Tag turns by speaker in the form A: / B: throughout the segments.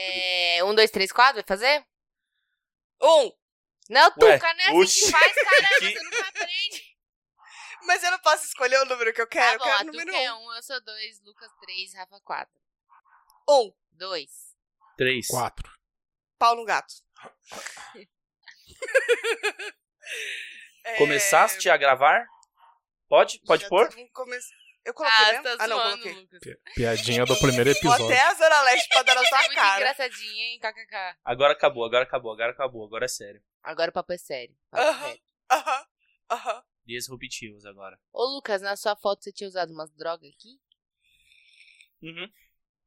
A: É, um, dois, três, quatro, vai fazer? Um. Não,
B: Ué,
A: Tuca, né? Assim
B: oxi.
A: que faz, caramba,
B: Que-
A: você tá nunca aprende.
C: Mas eu não posso escolher o número que eu
A: Tá
C: quero,
A: bom,
C: eu
A: a
C: quero o número
A: Tuca é um, eu sou dois, Lucas três, Rafa quatro.
C: Um.
A: Dois.
B: Três.
D: Quatro.
C: Paulo um gato. É,
B: Começaste a gravar? Pode? Pode
C: já
B: pôr?
C: tô- Comece... Eu coloquei,
A: Ah, você
C: né?
A: tá
C: ah, não,
A: zoando,
C: coloquei.
A: Lucas.
D: Pi- Piadinha do primeiro
C: Vou
D: episódio. Tá
C: até a Zona Leste pra dar na
A: Tá
C: sua
A: muito
C: cara.
A: engraçadinha, hein? KKK.
B: Agora acabou, agora acabou, agora acabou, agora é sério.
A: Agora o papo é sério. papo
C: Aham.
A: sério.
C: Aham, aham.
B: Disruptivos agora.
A: Ô, Lucas, na sua foto você tinha usado umas drogas aqui?
B: Uhum.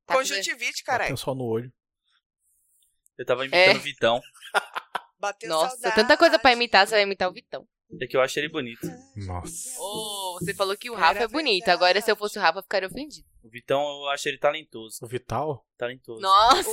A: Tá com-
C: Conjuntivite, caralho.
D: Bateu só no olho.
B: Eu tava imitando
A: É.
B: o Vitão.
C: Bateu
A: Nossa,
C: saudade.
A: tanta coisa pra imitar, você vai imitar o Vitão.
B: É que eu acho ele bonito.
D: Nossa.
A: Ô, você falou que o
C: Era
A: Rafa é bonito. Agora, se eu
C: verdade.
A: fosse o Rafa, eu ficaria ofendido.
B: O Vitão, eu acho ele talentoso.
D: O Vital?
B: Talentoso.
A: Nossa,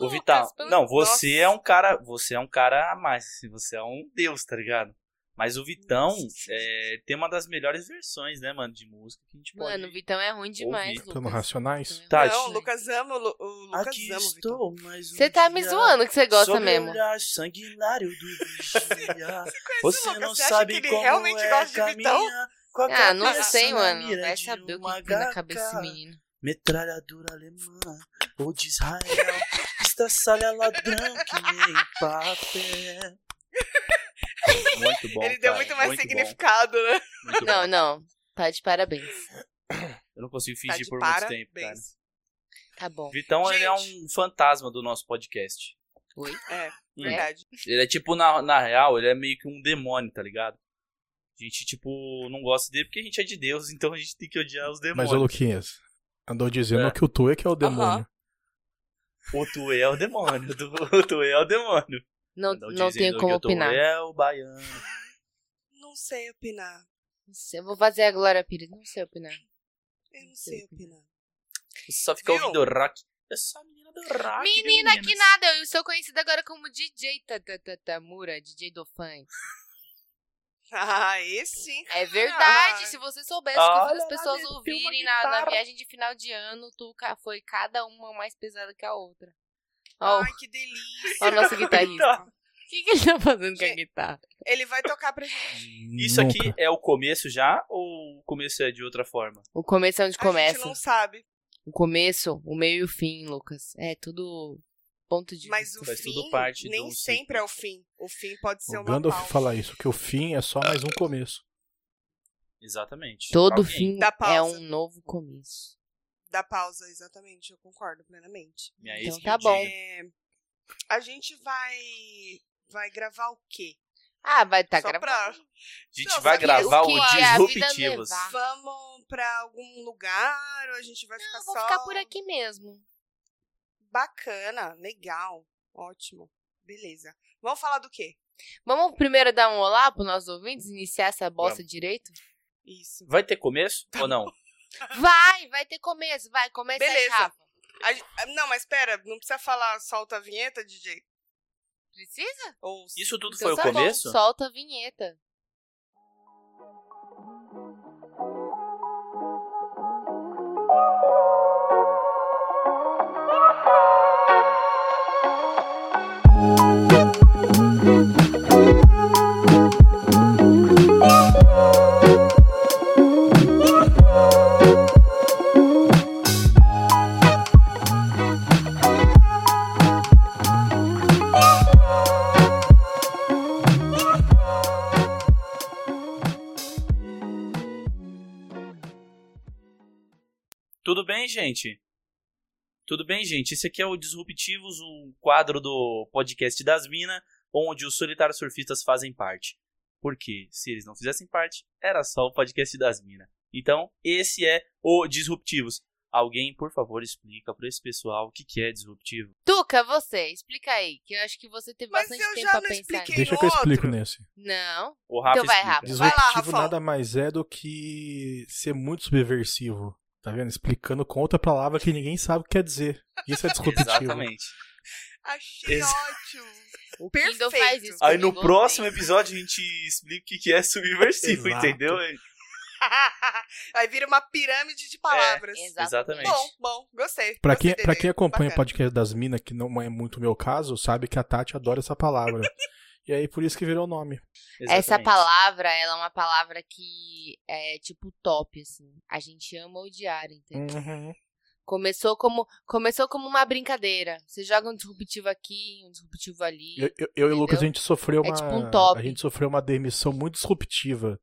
B: O
A: Lucas,
B: Vital.
A: pelo-
B: Não, você é um cara. Você é um cara a mais. assim, Você é um deus, tá ligado? Mas o Vitão é, tem uma das melhores versões, né, mano, de música que a gente pode.
A: Mano, o Vitão é ruim demais,
B: Ouvir.
A: Lucas.
D: Pelo Racionais?
A: Vitão é
B: Tá,
A: ruim
C: Não, o
A: demais.
C: Lucas ama o Lu- o Lucas
B: Aqui
C: ama o Vitor.
B: estou mais um
A: Você tá me
B: dia
A: zoando que você gosta
B: sobre o
A: mesmo.
B: olhar sanguinário do vigia.
C: Conhece o
B: Você
C: Lucas,
B: não
C: você acha
B: sabe
C: que ele
B: como
C: realmente
B: é
C: gosta de
B: caminhar
C: Vitão?
B: com a
A: Ah, não
B: cabeça
A: sei,
B: na
A: mano.
B: mira
A: Vai
B: de
A: saber o que
B: uma
A: que tem na
B: HK.
A: cabeça desse menino.
B: Metralhadora alemã ou de Israel. Estraçalha ladrão que nem papel. Muito bom.
C: Ele deu
B: cara,
C: muito mais
B: bom,
C: significado, né?
B: muito bom.
A: Não, não. Tá de parabéns.
B: Eu não consigo
C: Tá
B: fingir
C: de
B: por muito tempo, cara.
C: parabéns.
A: Tá bom.
B: Vitão, ele é
C: Gente.
B: um fantasma do nosso podcast.
A: Oi?
C: É,
B: Hum.
C: verdade.
B: Ele é tipo, na, na real, ele é meio que um demônio, tá ligado? A gente, tipo, não gosta dele porque a gente é de Deus, então a gente tem que odiar os demônios.
D: Mas, ô Luquinhas, andou dizendo
B: É.
D: que o Tu é que é o demônio.
B: O Tuê é o demônio. do- O Tuê é o demônio.
A: Não,
B: Andam
A: não
B: dizendo
A: tenho
B: que
A: como
B: o Tuê
A: opinar.
B: é o baiano.
C: Não sei opinar.
A: Não sei, Eu vou fazer a Glória Pires. Não sei opinar.
C: Eu não sei opinar.
B: Você só fica
C: Viu?
B: ouvindo rock. É só a menina do rock. viu,
A: Menina, que
B: Ah, meninas?
A: nada. Eu sou conhecida agora como DJ Tatamura, DJ do funk.
C: Ah, esse sim.
A: É verdade.
C: Ah.
A: Se você soubesse o que
B: Olha,
A: as pessoas
B: ela meteu uma
A: ouvirem na, na
B: guitarra.
A: viagem de final de ano, Tuca, foi cada uma mais pesada que a outra.
B: Ah.
A: Ó, o-
C: Ai, que delícia.
A: Ó o nosso guitarrista. que, que ele tá fazendo com a
C: Gente.
A: guitarra?
C: Ele vai tocar pra gente.
B: Isso
D: Nunca.
B: aqui é o começo já ou o começo é de outra forma?
A: O começo é onde
C: A
A: começa.
C: gente não sabe.
A: O começo, o meio e o fim, Lucas. É tudo ponto de.
C: Mas o
B: Faz
C: fim
B: tudo parte um
C: nem
B: do
C: sempre é o fim. O fim pode ser
D: O
C: é uma
D: Gandalf
C: pausa.
D: fala isso, que o fim é só mais um começo.
B: Exatamente.
A: Todo
B: Alguém.
A: fim
C: Dá pausa.
A: é um novo começo.
C: Da pausa, exatamente. Eu concordo plenamente.
B: Minha
A: Então
B: ex que
A: tá
B: o
A: bom.
B: diga.
C: É, a gente vai... Vai gravar o quê?
A: Ah, vai tá
C: Só pra-
A: gravando.
B: A gente
C: Não,
B: vai
C: sabe
B: gravar
A: o
B: o,
A: que é a vida
B: Disruptivos.
A: levar?
C: Vamos pra algum lugar ou a gente vai ficar
A: Eu vou
C: só...
A: ficar por aqui mesmo.
C: Bacana, legal, ótimo. Beleza. Vamos falar do quê?
A: Vamos primeiro dar um olá pros nossos ouvintes, iniciar essa bosta direito?
C: Isso.
B: Vai ter começo
A: Tá
B: ou não?
A: Vai, vai ter começo, vai, começa aí,
C: Beleza.
A: Rafa.
C: A gen- ah, não, mas pera, não precisa falar solta a vinheta, DJ?
A: Precisa?
C: Ou...
B: Isso tudo
A: Então
B: foi o
A: tá bom,
B: começo?
A: solta a vinheta.
B: Tudo bem, gente? Tudo bem, gente? Esse aqui é o Disruptivos, um quadro do podcast das Minas, onde os solitários surfistas fazem parte. Porque se eles não fizessem parte, era só o podcast das Minas. Então, esse é o Disruptivos. Alguém, por favor, explica pra esse pessoal o que, que é disruptivo.
A: Tuca, você, explica aí, que eu acho que você teve
C: Mas
A: bastante
C: eu
A: tempo
C: já
A: a
C: não
A: pensar.
C: expliquei.
A: nisso.
D: Deixa que eu explico
C: outro?
D: nesse.
A: Não,
B: O Rafa
A: Então vai,
B: explica.
A: Rafa.
C: lá,
D: Disruptivo
C: Rafão.
D: nada mais é do que ser muito subversivo. Tá vendo? Explicando com outra palavra que ninguém sabe o que quer dizer. Isso é disruptivo.
B: Exatamente.
C: Achei
B: Esse-
C: ótimo.
A: o
C: Perfeito.
A: Kindle faz isso.
B: Aí no
A: comigo,
B: próximo
A: odeio.
B: episódio a gente explica o que que é subversivo,
D: Exato.
B: entendeu?
C: Aí vira uma pirâmide de
A: É,
C: palavras.
B: Exatamente.
C: Bom, bom, gostei.
D: Pra
C: Gostei
D: quem, pra
C: dele.
D: quem acompanha o
C: Bacana.
D: podcast das minas, que não é muito o meu caso, sabe que a Tati adora essa palavra. e aí por isso que virou o nome.
A: Essa é
B: Exatamente.
A: palavra, ela é uma palavra que é tipo top, assim. A gente ama odiar,
B: Hum.
A: entendeu? Começou como, começou como uma brincadeira. Você joga um disruptivo aqui, um disruptivo ali.
D: Eu, eu- eu e o Lucas, a gente sofreu
A: É
D: uma.
A: tipo um top.
D: A gente sofreu uma demissão muito disruptiva.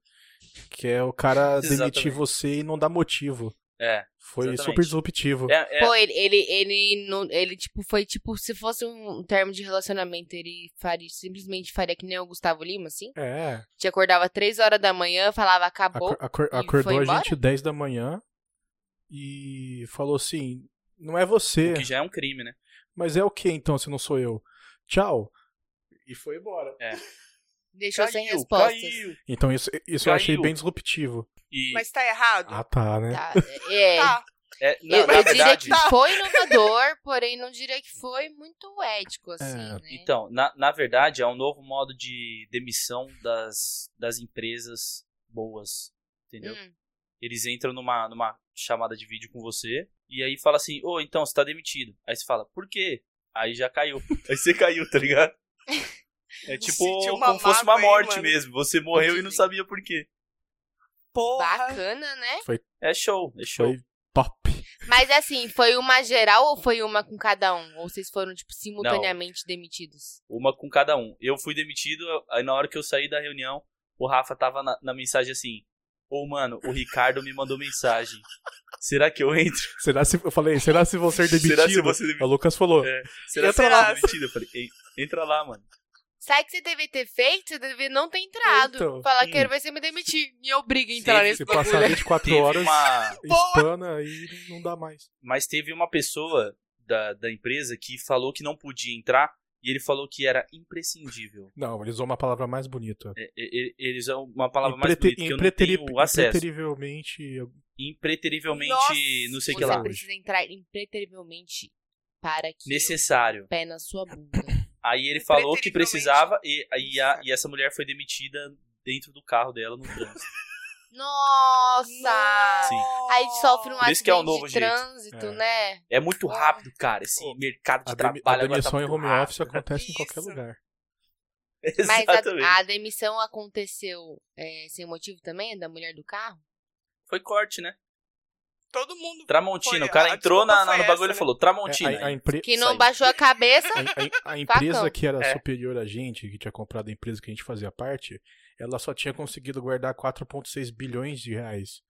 D: Que é o cara demitir
B: Exatamente.
D: você e não dar motivo.
B: É.
D: Foi
B: Exatamente.
D: super disruptivo.
B: É, é-
A: Pô, ele, ele, ele, não- ele, tipo, foi tipo, se fosse um termo de relacionamento, ele faria, simplesmente faria que nem o Gustavo Lima, assim.
D: É.
A: Te acordava três horas da manhã, falava, acabou.
D: Acor- acor-
A: e
D: acordou
A: foi
D: a
A: embora?
D: gente 10 da manhã e falou assim: não é você,
B: o que já é um crime, né?
D: mas é o que então se não sou eu? Tchau. E foi embora.
A: Deixou sem
B: Caiu,
A: respostas.
B: caiu.
D: Então isso, isso eu
B: Caiu.
D: achei bem disruptivo.
B: E
C: Mas tá errado?
D: Ah, tá, né?
A: Tá, é,
C: Tá.
B: é, na,
A: eu,
B: na
A: eu diria
B: verdade,
A: que tá, foi inovador, porém não diria que foi muito ético, assim,
D: É.
A: né?
B: Então, na, na verdade, é um novo modo de demissão das, das empresas boas, entendeu?
A: Hum,
B: Eles entram numa, numa chamada de vídeo com você e aí fala assim, ô, então, você tá demitido. Aí você fala, por quê? Aí já caiu. aí você caiu, tá ligado? É tipo
C: Senti uma
B: como fosse uma
C: mágoa, hein,
B: morte
C: mano?
B: mesmo. Você morreu e não
A: Dizem.
B: sabia por quê.
C: Porra.
A: bacana, né?
B: É show, é show.
D: Foi top.
A: Mas assim, foi uma geral ou foi uma com cada um? Ou vocês foram, tipo, simultaneamente demitidos?
B: Uma com cada um. Eu fui demitido, aí na hora que eu saí da reunião, o Rafa tava na, na mensagem assim: Ô, mano, o Ricardo me mandou mensagem. Será que eu entro?
D: Será se eu falei, será se você é demitido?
B: Será se você é demitido?
D: O Lucas falou.
B: É. Será que
C: Entra
B: eu
C: lá.
B: tô demitido? Eu falei: "Ei, Entra lá, mano.
A: Sabe o é que você devia ter feito? Você devia não ter entrado.
D: Então.
A: Falar,
B: Hum.
A: quero ver você me demitir. Me obriga a entrar
B: Teve
A: nesse
D: Se
A: bagulho.
D: passar 24
B: Teve
D: horas,
B: uma.
D: espana e não dá mais.
B: Mas teve uma pessoa da, da empresa que falou que não podia entrar e ele falou que era imprescindível.
D: Não, ele usou uma palavra mais bonita.
B: É, é, é, Eles é uma palavra
D: Imprete-
B: mais bonita que eu
D: impreterib-
B: não tenho acesso.
D: Impreterivelmente.
B: Impreterivelmente,
C: Nossa,
B: não sei o que
A: Você
B: lá.
A: precisa entrar impreterivelmente para que
B: Necessário.
A: eu um pé na sua bunda.
B: Aí ele falou que
C: Preterivelmente.
B: precisava e, aí a-
A: é.
B: e essa mulher foi demitida dentro do carro dela no trânsito.
A: Nossa!
B: Sim.
A: Aí sofre um
B: Por
A: acidente
B: isso que é o novo
A: de
B: jeito.
A: trânsito,
D: É.
A: né?
B: É muito rápido, cara. Esse
D: Ô,
B: mercado de
D: A, demi-
B: trabalho
D: a
B: agora tá
D: demissão em
B: muito
D: home
B: rápido.
D: office acontece em qualquer
C: Isso.
D: lugar. É,
A: Mas
B: Exatamente.
A: a, a demissão aconteceu é, sem motivo também, da mulher do carro?
B: Foi corte, né?
C: Todo mundo.
B: Tramontina.
C: Foi,
B: o cara
C: a
B: entrou na-
C: desculpa
B: na-
C: foi
B: no bagulho
C: essa,
B: e
C: né?
B: falou,
D: É,
B: Tramontina.
D: a, a empre-
A: Que não
B: Saiu.
A: baixou a cabeça.
D: a- a- a empresa
A: Facão.
D: que era
B: É.
D: superior a gente, que tinha comprado a empresa que a gente fazia parte, ela só tinha conseguido guardar 4,6 bilhões de reais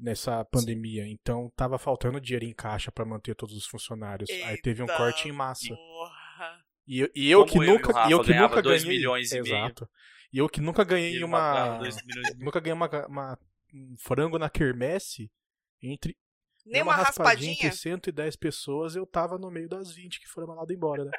D: nessa pandemia. Então tava faltando dinheiro em caixa pra manter todos os funcionários. Aí teve um
C: Eita.
D: corte em massa.
C: Porra.
D: E, eu- e eu
B: Como
D: que
B: eu e o
D: nunca, e eu
B: Rafa
D: que
B: ganhava
D: nunca
B: dois
D: ganhei.
B: milhões e meio.
D: Exato. E eu que nunca ganhei
B: Ele
D: uma,
B: matava dois milhões de-
D: nunca ganhei uma, uma- um frango na quermesse entre
C: Nem
D: uma,
C: uma raspadinha?
D: raspadinha entre 110 pessoas, eu tava no meio das 20 que foram mandadas embora, né?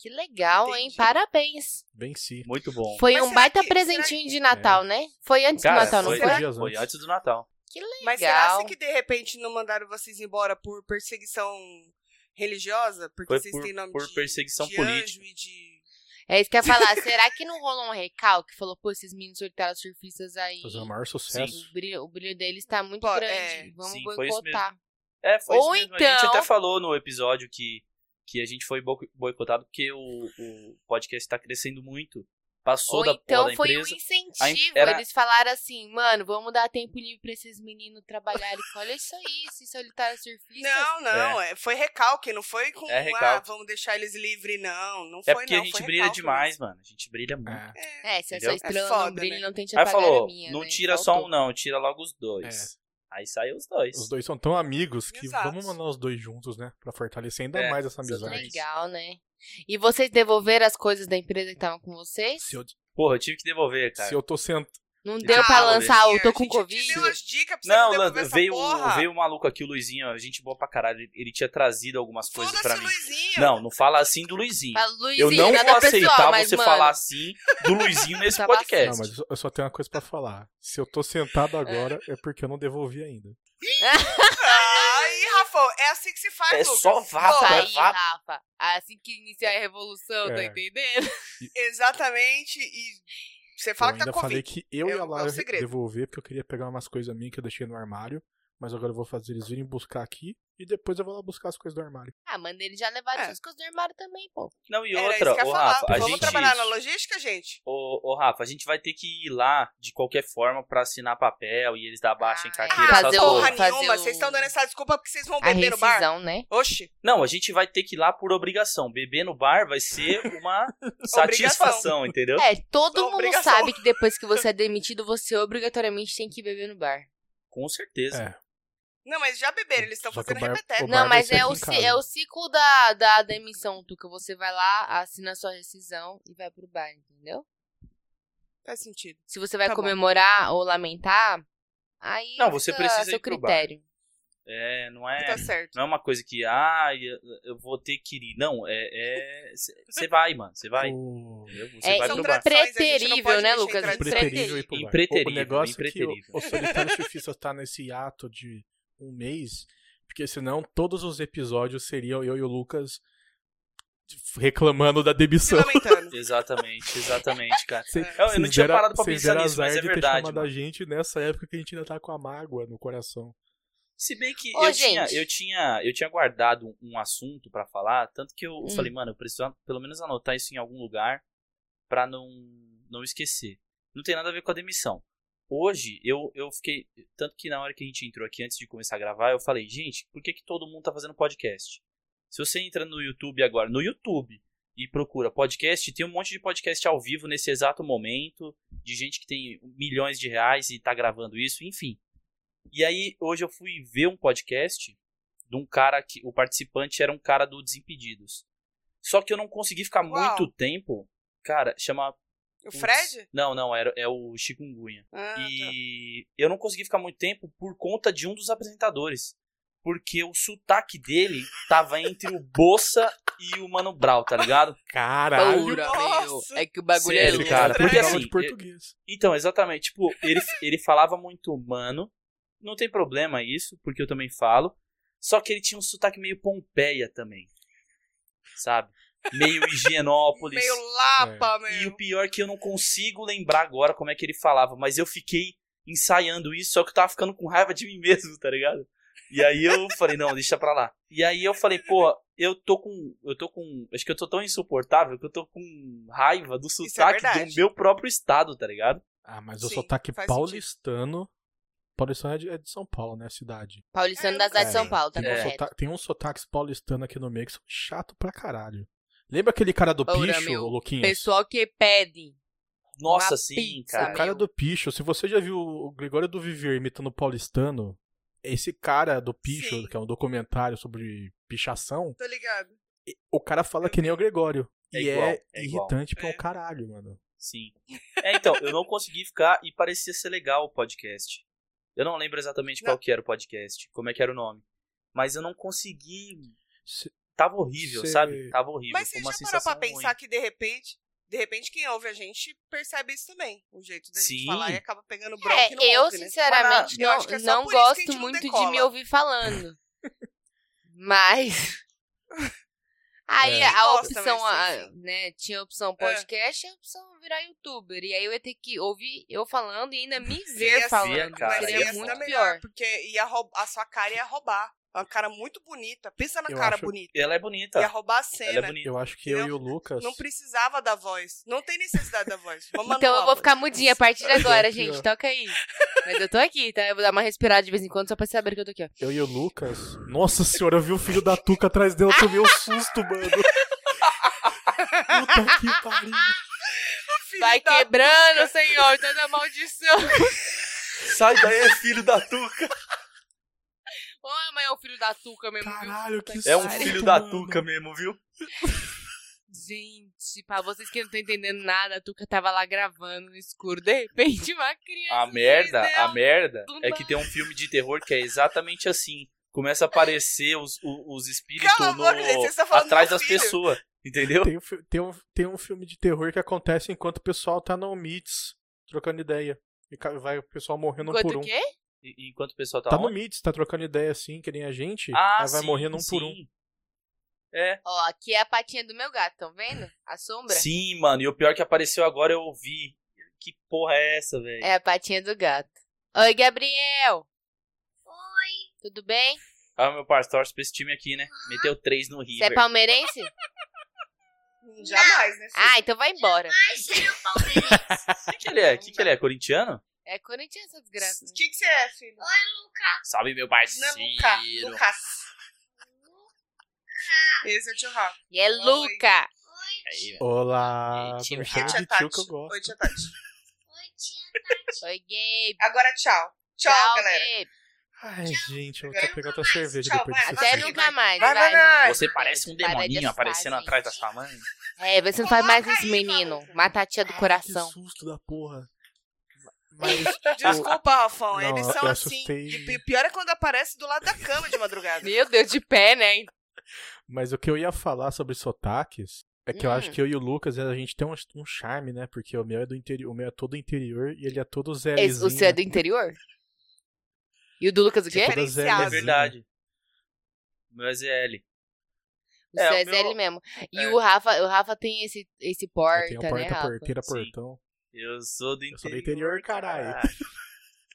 A: Que legal, hein?
C: Entendi.
A: Parabéns.
D: Bem sim.
B: Muito bom.
A: Foi
C: Mas
A: um
C: será
A: baita
C: que-
A: presentinho de Natal, né? Foi antes
B: Cara,
A: do Natal, não
B: foi,
A: foi?
D: Foi dias
B: foi
D: antes.
B: antes do Natal.
A: Que legal.
C: Mas será que de repente não mandaram vocês embora por perseguição religiosa? Porque
B: Foi
C: vocês
B: por-
C: têm nome
B: por
C: de,
B: perseguição
C: de
B: política.
C: anjo e de.
A: É isso que eu ia falar. será que não rolou um recalque? Falou, pô, esses meninos solitários surfistas aí.
D: Fazer o maior sucesso.
A: O brilho, o brilho deles tá muito
C: Pô,
A: grande.
C: é,
A: Vamos
B: sim, foi isso
A: boicotar.
B: É, foi
A: Ou
B: isso mesmo. A
A: então-
B: gente até falou no episódio que, que a gente foi boico- boicotado porque o, o podcast tá crescendo muito. Passou
A: Ou
B: da porra da
A: então foi um
B: empresa. A em-
A: incentivo.
B: era-
A: Eles falaram assim, mano, vamos dar tempo livre pra esses meninos trabalharem. Olha isso aí, esses solitários surfistas.
C: Não, não. é- foi recalque, não foi com.
B: É recalque.
C: Ah, vamos deixar eles livres, não. Não
B: É
C: foi,
B: porque
C: não.
B: a gente
C: foi
B: brilha
C: recalque
B: demais, mano. A gente brilha muito.
D: Ah,
A: É, se a
B: Entendeu?
A: sua
B: É
A: estrela
C: foda,
A: não brilha,
C: né?
A: não tente
B: Aí
A: apagar a
B: falou,
A: minha,
B: não
A: né?
B: tira só um não, tira logo os dois. Aí saiu É. os dois.
D: é. Os dois são tão amigos que
C: Exato.
D: vamos mandar os dois juntos, né? Pra fortalecer ainda
B: É,
D: mais essa
B: exatamente.
D: amizade.
A: Legal, né? E vocês devolveram as coisas da empresa que estavam com vocês?
D: Se eu,
B: Porra, eu tive que devolver, cara.
D: se eu tô sentado.
A: Não
B: Eu
A: deu
B: já
A: pra
B: devolvi.
A: lançar o
C: A
A: tô com
C: gente Te
A: Covid?
C: deu as dicas pra você
B: Não,
C: não,
B: Lan-
C: devolver essa
B: veio,
C: porra.
B: veio o maluco aqui, o Luizinho, ó, gente boa pra caralho. Ele, ele tinha trazido algumas coisas pra
C: Foda-se,
B: mim.
C: Luizinho.
B: Não, não fala assim do Luizinho.
A: Fala, Luizinho,
B: Eu não
A: nada
B: vou
A: pessoal,
B: aceitar
A: mas,
B: você
A: mano,
B: falar assim do Luizinho nesse
A: Tá
D: Não,
B: podcast.
C: assim.
D: mas eu só- eu só tenho uma coisa pra falar. Se eu tô sentado agora, é porque eu não devolvi ainda.
C: Ai, Rafa, é assim que se faz,
B: É
C: Lucas.
B: só
A: Isso
B: vapo, é
A: aí,
B: vapo.
A: Rafa. Assim que iniciar a revolução, tá
D: É.
A: entendendo?
C: Exatamente. E Você fala
D: eu
C: que tá
D: ainda
C: com
D: falei
C: Covid.
D: que eu
C: É
D: ia
C: o-
D: lá
C: é o
D: re-
C: segredo.
D: devolver, porque eu queria pegar umas coisas minhas que eu deixei no armário. Mas agora eu vou fazer eles virem buscar aqui e depois eu vou lá buscar as coisas do armário.
A: Ah, manda ele já levar
C: É.
A: as suas coisas do armário também, pô.
B: Não, e
C: Era
B: outra,
C: isso que eu ia
B: ô
C: falar.
B: Rafa, a
C: Vamos
B: gente.
C: trabalhar na logística, gente?
B: Ô, ô, Rafa, a gente vai ter que ir lá de qualquer forma pra assinar papel e eles dar baixa
C: Ah,
B: em
A: Ai,
C: é,
B: carteira. essas
A: fazer o-
B: coisas.
C: porra
A: fazer
C: nenhuma.
A: o-
C: Vocês estão dando essa desculpa porque vocês vão
A: A
C: beber no bar?
A: rescisão, né?
C: Oxi.
B: Não, a gente vai ter que ir lá por obrigação. Beber no bar vai ser uma satisfação, entendeu?
A: É, todo mundo
C: Obrigação.
A: sabe que depois que você é demitido, você obrigatoriamente tem que beber no bar.
B: Com certeza.
D: É.
C: Não, mas já beberam, eles estão
D: Só que o
C: fazendo
D: bar-
C: repeteco.
D: o bar
A: Não,
D: vai
A: mas
D: ser
A: é
D: aqui
A: o,
D: em
A: ci-
D: casa.
A: é o ciclo da, da demissão, Tuca. Você vai lá, assina a sua rescisão e vai pro bar, entendeu?
C: Faz sentido.
A: Se você vai
C: Tá bom.
A: comemorar ou lamentar, aí
B: Não, você
A: fica a
B: precisa
A: seu
B: ir pro bar.
A: critério.
B: É, não é.
D: Então,
C: Tá certo.
B: Não é uma coisa que, ah, eu- eu vou ter que ir. Não, é. Você vai, mano. Você vai.
D: O...
B: entendeu? Você
A: É
B: vai
C: São
B: pro bar.
C: tradições, a gente não
A: Impreterível,
C: pode
A: né,
C: mexer em
A: Lucas?
C: tradição.
D: Impreterível ir pro bar.
B: Impreterível,
D: O negócio é que
B: impreterível.
D: o, o Solitário Surfista tá nesse ato de um mês, porque senão todos os episódios seriam eu e o Lucas reclamando da
C: Se
D: demissão.
C: lamentando.
B: Exatamente, exatamente, cara.
D: Cê-
B: Eu- eu
D: vocês
B: não tinha
D: deram-
B: parado pra
D: vocês
B: pensar
D: deram
B: nisso, mas
D: azar
B: é
D: de
B: verdade,
D: Ter chamado
B: mano.
D: a gente nessa época que a gente ainda tá com a mágoa no coração.
B: Se bem que
A: Ô,
B: eu, tinha,
A: gente.
B: eu, tinha, eu tinha guardado um assunto pra falar, tanto que eu
A: Hum.
B: falei, mano, eu preciso an- pelo menos anotar isso em algum lugar pra não, não esquecer. Não tem nada a ver com a demissão. Hoje, eu, eu fiquei. Tanto que na hora que a gente entrou aqui, antes de começar a gravar, eu falei, gente, por que, que todo mundo tá fazendo podcast? Se você entra no YouTube agora, no YouTube, e procura podcast, tem um monte de podcast ao vivo nesse exato momento, de gente que tem milhões de reais e tá gravando isso, enfim. E aí, hoje eu fui ver um podcast de um cara que o participante era um cara do Desimpedidos. Só que eu não consegui ficar
C: Uau.
B: muito tempo. Cara, chama.
C: O Fred?
B: Não, não, era, é o Chikungunya.
C: Ah, tá.
B: E eu não consegui ficar muito tempo por conta de um dos apresentadores. Porque o sotaque dele tava entre o Bossa e o Mano Brau, tá ligado?
D: Caralho!
A: Pura,
C: Nossa.
A: meu. É que o bagulho é
B: Sério,
A: louco.
B: cara,
D: porque
B: porque
D: aula
B: assim,
D: de português.
B: Então, exatamente. Tipo, ele, ele falava muito humano. Não tem problema isso, porque eu também falo. Só que ele tinha um sotaque meio Pompeia também. Sabe? Meio Higienópolis.
C: Meio lapa,
B: E
C: meu.
B: o pior é que eu não consigo lembrar agora como é que ele falava, mas eu fiquei ensaiando isso, só que eu tava ficando com raiva de mim mesmo, tá ligado? E aí eu falei, não, deixa pra lá. E aí eu falei, pô, eu tô com. Eu tô com. Acho que eu tô tão insuportável que eu tô com raiva do
C: é
B: sotaque
C: verdade.
B: do meu próprio estado, tá ligado?
D: Ah, mas o
C: Sim,
D: sotaque
C: faz
D: paulistano. Paulistano é de, é de São Paulo, né? Cidade.
A: Paulistano
C: É,
A: das
C: cara.
A: artes de São Paulo, tá
D: Tem, um
A: correto.
D: sota- tem uns sotaques paulistanos aqui no meio que são chato pra caralho. Lembra aquele cara do
A: Ora,
D: picho,
A: meu,
D: ô Luquinhas?
A: Pessoal que pede.
B: Nossa,
A: Uma
B: sim,
A: pizza,
B: cara.
D: O cara
A: meu.
D: do Picho, se você já viu o Gregório do Vivier imitando o paulistano, esse cara do Picho,
C: Sim.
D: que é um documentário sobre pichação,
C: Tô ligado.
D: e- o cara fala que nem o Gregório.
B: É
D: e
B: igual,
D: é,
B: é igual.
D: irritante pra um
C: É.
D: caralho, mano.
B: Sim. É, então, eu não consegui ficar e parecia ser legal o podcast. Eu não lembro exatamente qual que era o podcast, como é que era o nome. Mas eu não consegui.
D: Se-
B: Tava horrível,
D: Cê-
B: sabe? Tava horrível.
C: Mas
B: foi
C: você
B: uma
C: já parou pra
B: sensação
C: pensar
B: ruim.
C: que de repente, de repente quem ouve a gente percebe isso também. O jeito da gente
B: Sim.
C: falar e acaba pegando bronca e não
A: É, eu
C: ouve, né?
A: sinceramente
C: Eu acho que
A: não,
C: é só
A: não
C: por isso que a gente
A: gosto
C: não
A: muito de
C: decola.
A: me ouvir falando. Mas. Aí
D: É.
A: a
C: Quem gosta,
A: opção,
C: mas
A: a-
C: enfim.
A: né? Tinha a opção podcast e a opção virar youtuber. E aí eu ia ter que ouvir eu falando e ainda me ver
C: Ia ser,
A: falando.
B: cara,
A: assim, seria
B: ia ser
A: muito
C: melhor,
A: pior.
C: porque ia rou- a sua cara ia roubar. Uma cara muito bonita. Pensa na
D: Eu
C: cara
D: acho-
C: bonita.
B: Ela é bonita.
C: Ia roubar a
B: Ela é
C: cena.
B: bonita.
D: Eu acho que eu
C: Não-
D: e o Lucas.
C: não precisava da voz. Não tem necessidade da voz. Vamos
A: Então
C: anular
A: eu
C: a
A: vou
C: voz.
A: ficar mudinha a partir de agora,
D: Aqui,
A: gente.
D: ó.
A: Toca aí. Mas eu tô aqui, tá? Eu vou dar uma respirada de vez em quando só pra saber que eu tô aqui, ó.
D: Eu e o Lucas. Nossa senhora, eu vi o filho da Tuca atrás dela, eu tomei um susto, mano. Puta que pariu.
C: Filho
A: Vai
C: da-
A: quebrando, Senhor, toda maldição.
B: Sai daí,
D: é
B: filho da Tuca.
A: Ô, mas é o filho da Tuca mesmo, viu?
D: Caralho, que susto.
B: É um
A: Sai.
B: filho da
D: mano.
B: Tuca mesmo, viu?
A: Gente, pra vocês que não estão entendendo nada, a Tuca tava lá gravando no escuro, de repente uma criança.
B: A merda,
A: Deus.
B: a merda
A: do
B: é que tem um filme de terror que é exatamente assim. Começa a aparecer os, o- os espíritos
C: Pelo
B: no-
C: amor de Deus, vocês estão falando
B: atrás
C: do
B: das
C: filho.
B: pessoas, entendeu?
D: Tem, um fi- tem, um, tem um filme de terror que acontece enquanto o pessoal tá no Meets, trocando ideia. E ca- vai o pessoal morrendo um
A: Enquanto
D: por um.
A: o quê?
B: E- Enquanto o pessoal tá,
D: Tá
B: on-
D: no Meets, tá trocando ideia assim, que nem a gente. aí vai
B: Ah, sim,
D: morrendo um por um.
B: sim. É.
A: Ó, aqui é a patinha do meu gato, tão vendo? A sombra?
B: Sim, mano. E o pior que apareceu agora eu ouvi. Que porra é essa, velho?
A: É a patinha do gato. Oi, Gabriel! Oi! Tudo bem?
B: Ah, meu parceiro, torce pra esse time aqui, né?
C: Ah.
B: Meteu três no
A: Você é
B: River.
A: palmeirense?
C: Jamais, né? filho?
A: Ah, então vai embora.
B: O que, que ele é? O que, que ele é? Corintiano?
A: É corintiano essa desgraça.
C: O que, que você é, filho?
B: Salve, meu
C: Não é
B: parceiro.
C: Lucas. Lucas. Esse é o tio Rafa.
A: E é Luca!
B: Aí, velho.
D: um. Olá,
B: Ei, tio,
D: me
C: Oi,
D: chama
C: tia
D: de
C: Tati.
D: tio que eu gosto.
C: Oi, tia Tati.
A: Oi, Gabe!
C: Agora tchau. Tchau, galera.
A: Gabe!
D: Ai, gente, eu vou até pegar outra cerveja
C: Tchau,
D: depois
C: vai.
D: disso.
A: Até
C: Vai,
D: aqui.
A: nunca mais.
C: Vai, vai,
A: Nuno.
C: vai.
B: Você parece um
A: Para de
B: demoninho
A: assustar,
B: aparecendo
A: é gente.
B: atrás da sua mãe.
A: É, você não faz mais
C: Coloca
A: isso,
C: aí,
A: menino.
C: maluco.
A: Mata a tia do coração.
D: Que susto da porra. Mas
C: Desculpa, Rafão.
D: Não,
C: eles
D: eu
C: são assim.
D: assustei.
C: de- O pior é quando aparece do lado da cama de madrugada.
A: Meu Deus, de pé, né?
D: Mas o que eu ia falar sobre sotaques é que eu acho
A: Hum.
D: que eu e o Lucas, a gente tem um, um charme, né? Porque o meu é do interior, o meu é todo interior e ele é todo
A: Esse-
D: zelezinho.
A: O seu é do interior? E o do Lucas o quê?
D: Toda
C: diferenciado.
B: É verdade. Meu SL.
A: O
B: É,
A: seu
B: o
A: é
B: meu-
A: ZL mesmo. E
B: é.
A: o Rafa, o Rafa tem esse, esse porta,
D: Eu tenho
A: né,
D: porta,
A: Rafa?
D: porteira,
B: Sim.
D: portão.
B: Eu sou do interior.
D: sou do interior, caralho.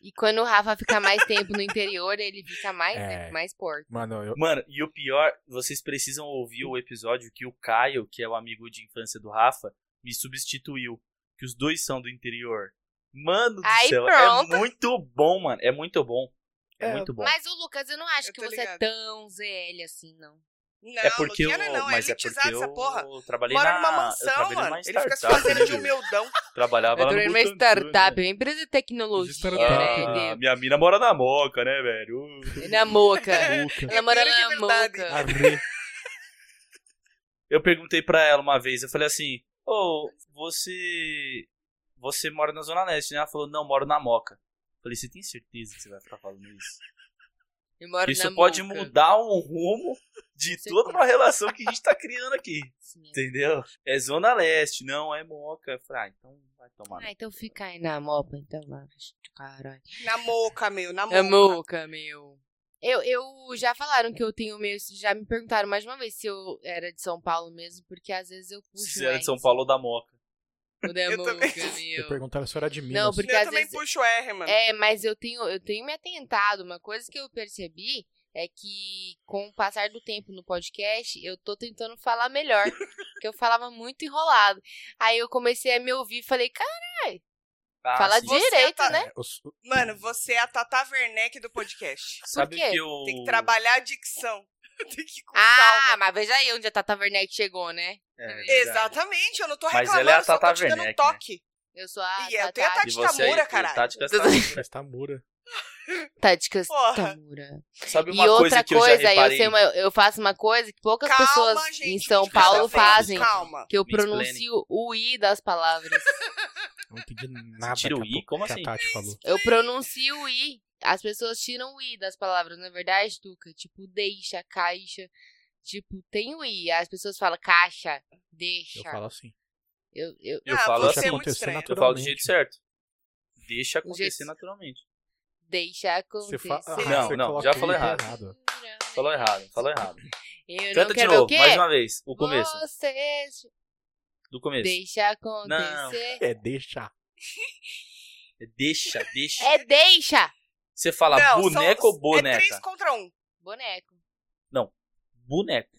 A: E quando o Rafa fica mais tempo no interior, ele fica mais, né,
D: É.
A: mais porta.
D: Mano, eu,
B: Mano, e o pior, vocês precisam ouvir o episódio que o Caio, que é o amigo de infância do Rafa, me substituiu. Que os dois são do interior. Mano do
A: Aí,
B: céu,
A: pronto.
B: é muito bom, mano. É muito bom. É,
D: É,
B: muito bom.
A: Mas o Lucas, eu não acho
C: Eu
A: que
C: tô
A: você é
C: ligado.
A: tão ZL assim, não.
C: Não,
B: é porque eu,
C: Luquiano não,
B: mas
C: é
B: é porque
C: elitizado
B: eu
C: essa porra.
B: trabalhei
C: Mora
B: na,
C: numa
B: eu
C: mansão,
B: trabalhei
C: mano.
B: numa
C: Ele fica se
B: startup,
C: fazendo de
B: né,
C: humildão.
B: Trabalhava
A: Eu
B: lá no
A: durei numa
B: Butantã,
A: startup,
B: né?
A: uma empresa de tecnologia,
D: Startup.
A: né?
B: Ah, minha mina mora na moca, né, velho? Uh.
A: de- Na moca. é
D: Lucas,
A: Ela mora
C: Mentira de
A: na
C: verdade.
A: moca.
D: Arre.
B: Eu perguntei pra ela uma vez, eu falei assim, ô, você. Você mora na Zona Leste, né? Ela falou, não, moro na Moca. Eu falei, você tem certeza que você vai ficar falando isso?
A: Eu moro
B: isso
A: na
B: pode
A: moca.
B: mudar o rumo de
A: Com certeza.
B: toda uma relação que a gente tá criando aqui.
A: Sim.
B: Entendeu? É Zona Leste, não é Moca. Eu falei, ah, então vai tomar.
A: Ah, então fica aí na mopa, então, lá. Caralho.
C: Na moca, meu. Na moca.
A: É moca, meu. Eu, eu já falaram que eu tenho meio. Já me perguntaram mais de uma vez se eu era de São Paulo mesmo, porque às vezes eu puxo.
B: Se
A: um
B: você era de São
A: R.
B: Paulo ou da Moca.
A: O da
C: Eu
A: moca,
C: também.
D: Eu
A: meu.
D: perguntaram se eu era de Minas.
A: Não, porque
C: eu
A: às
C: também
A: vezes-
C: puxo R, mano.
A: É, mas eu tenho, eu tenho me atentado. Uma coisa que eu percebi é que, com o passar do tempo no podcast, eu tô tentando falar melhor. porque eu falava muito enrolado. Aí eu comecei a me ouvir e falei, cara,
B: Ah,
A: fala
B: sim.
A: direito,
C: tá-
A: né?
D: É, Eu sou-
C: Mano, você é a Tata Werneck do podcast.
B: Sabe
A: quê?
B: que eu.
C: Tem que trabalhar a dicção. Tem que ir com
A: Ah,
C: calma.
A: mas veja aí onde a Tata Werneck chegou, né?
B: É, verdade.
C: Exatamente, eu não tô
B: Mas
C: reclamando,
B: ela é a
C: só tô
B: Tata
C: te dando um
B: Werneck,
C: toque.
A: Eu sou a
C: E eu tenho
A: Tata
C: a
B: E
C: Tati
B: você aí,
C: Tamura,
B: e
C: caralho.
B: Tati
A: Tudo
B: Tamura.
D: Mas tá mura.
A: Táticas
C: Porra.
A: Tamura.
B: Sabe
A: E
B: uma coisa
A: outra
B: que eu já
A: coisa, eu,
B: reparei?
A: sei uma- eu faço uma coisa que poucas
C: Calma,
A: pessoas
C: gente,
A: em São
C: que
A: Paulo
C: tá falando,
A: fazem,
C: Calma.
A: que eu
B: Mansplaining.
A: pronuncio o i das palavras.
D: Não entendi nada
B: tira o
D: que a
B: i?
D: pouco-
B: Como
D: que a
B: assim?
D: Tati falou.
A: Eu pronuncio o i. As pessoas tiram o i das palavras, não é verdade, Tuca? Tipo, deixa, caixa. Tipo, tem o i. As pessoas falam caixa, deixa.
D: Eu falo assim.
A: Eu- eu-
B: Eu
C: ah,
B: falo
C: você
D: assim.
C: é muito
D: Aconteceu
C: estranho.
D: na-
B: Eu falo do jeito
D: Naturalmente.
B: certo. Deixa
A: jeito
B: acontecer
A: certo.
B: naturalmente.
A: deixa acontecer.
D: Você Ah, fala.
B: Não, não, já
D: tá
B: falou errado. Falou errado, falou errado.
A: Eu não
B: Canta de
A: quero o
B: novo,
A: quê?
B: mais um uma vez. O começo.
A: Você
B: Do começo.
A: deixa acontecer.
D: É, deixa.
B: É Deixa, deixa.
A: É deixa.
B: Você fala
C: Não, são-
B: boneco ou
C: É
B: boneca?
C: três contra um.
A: Boneco.
B: Boneco.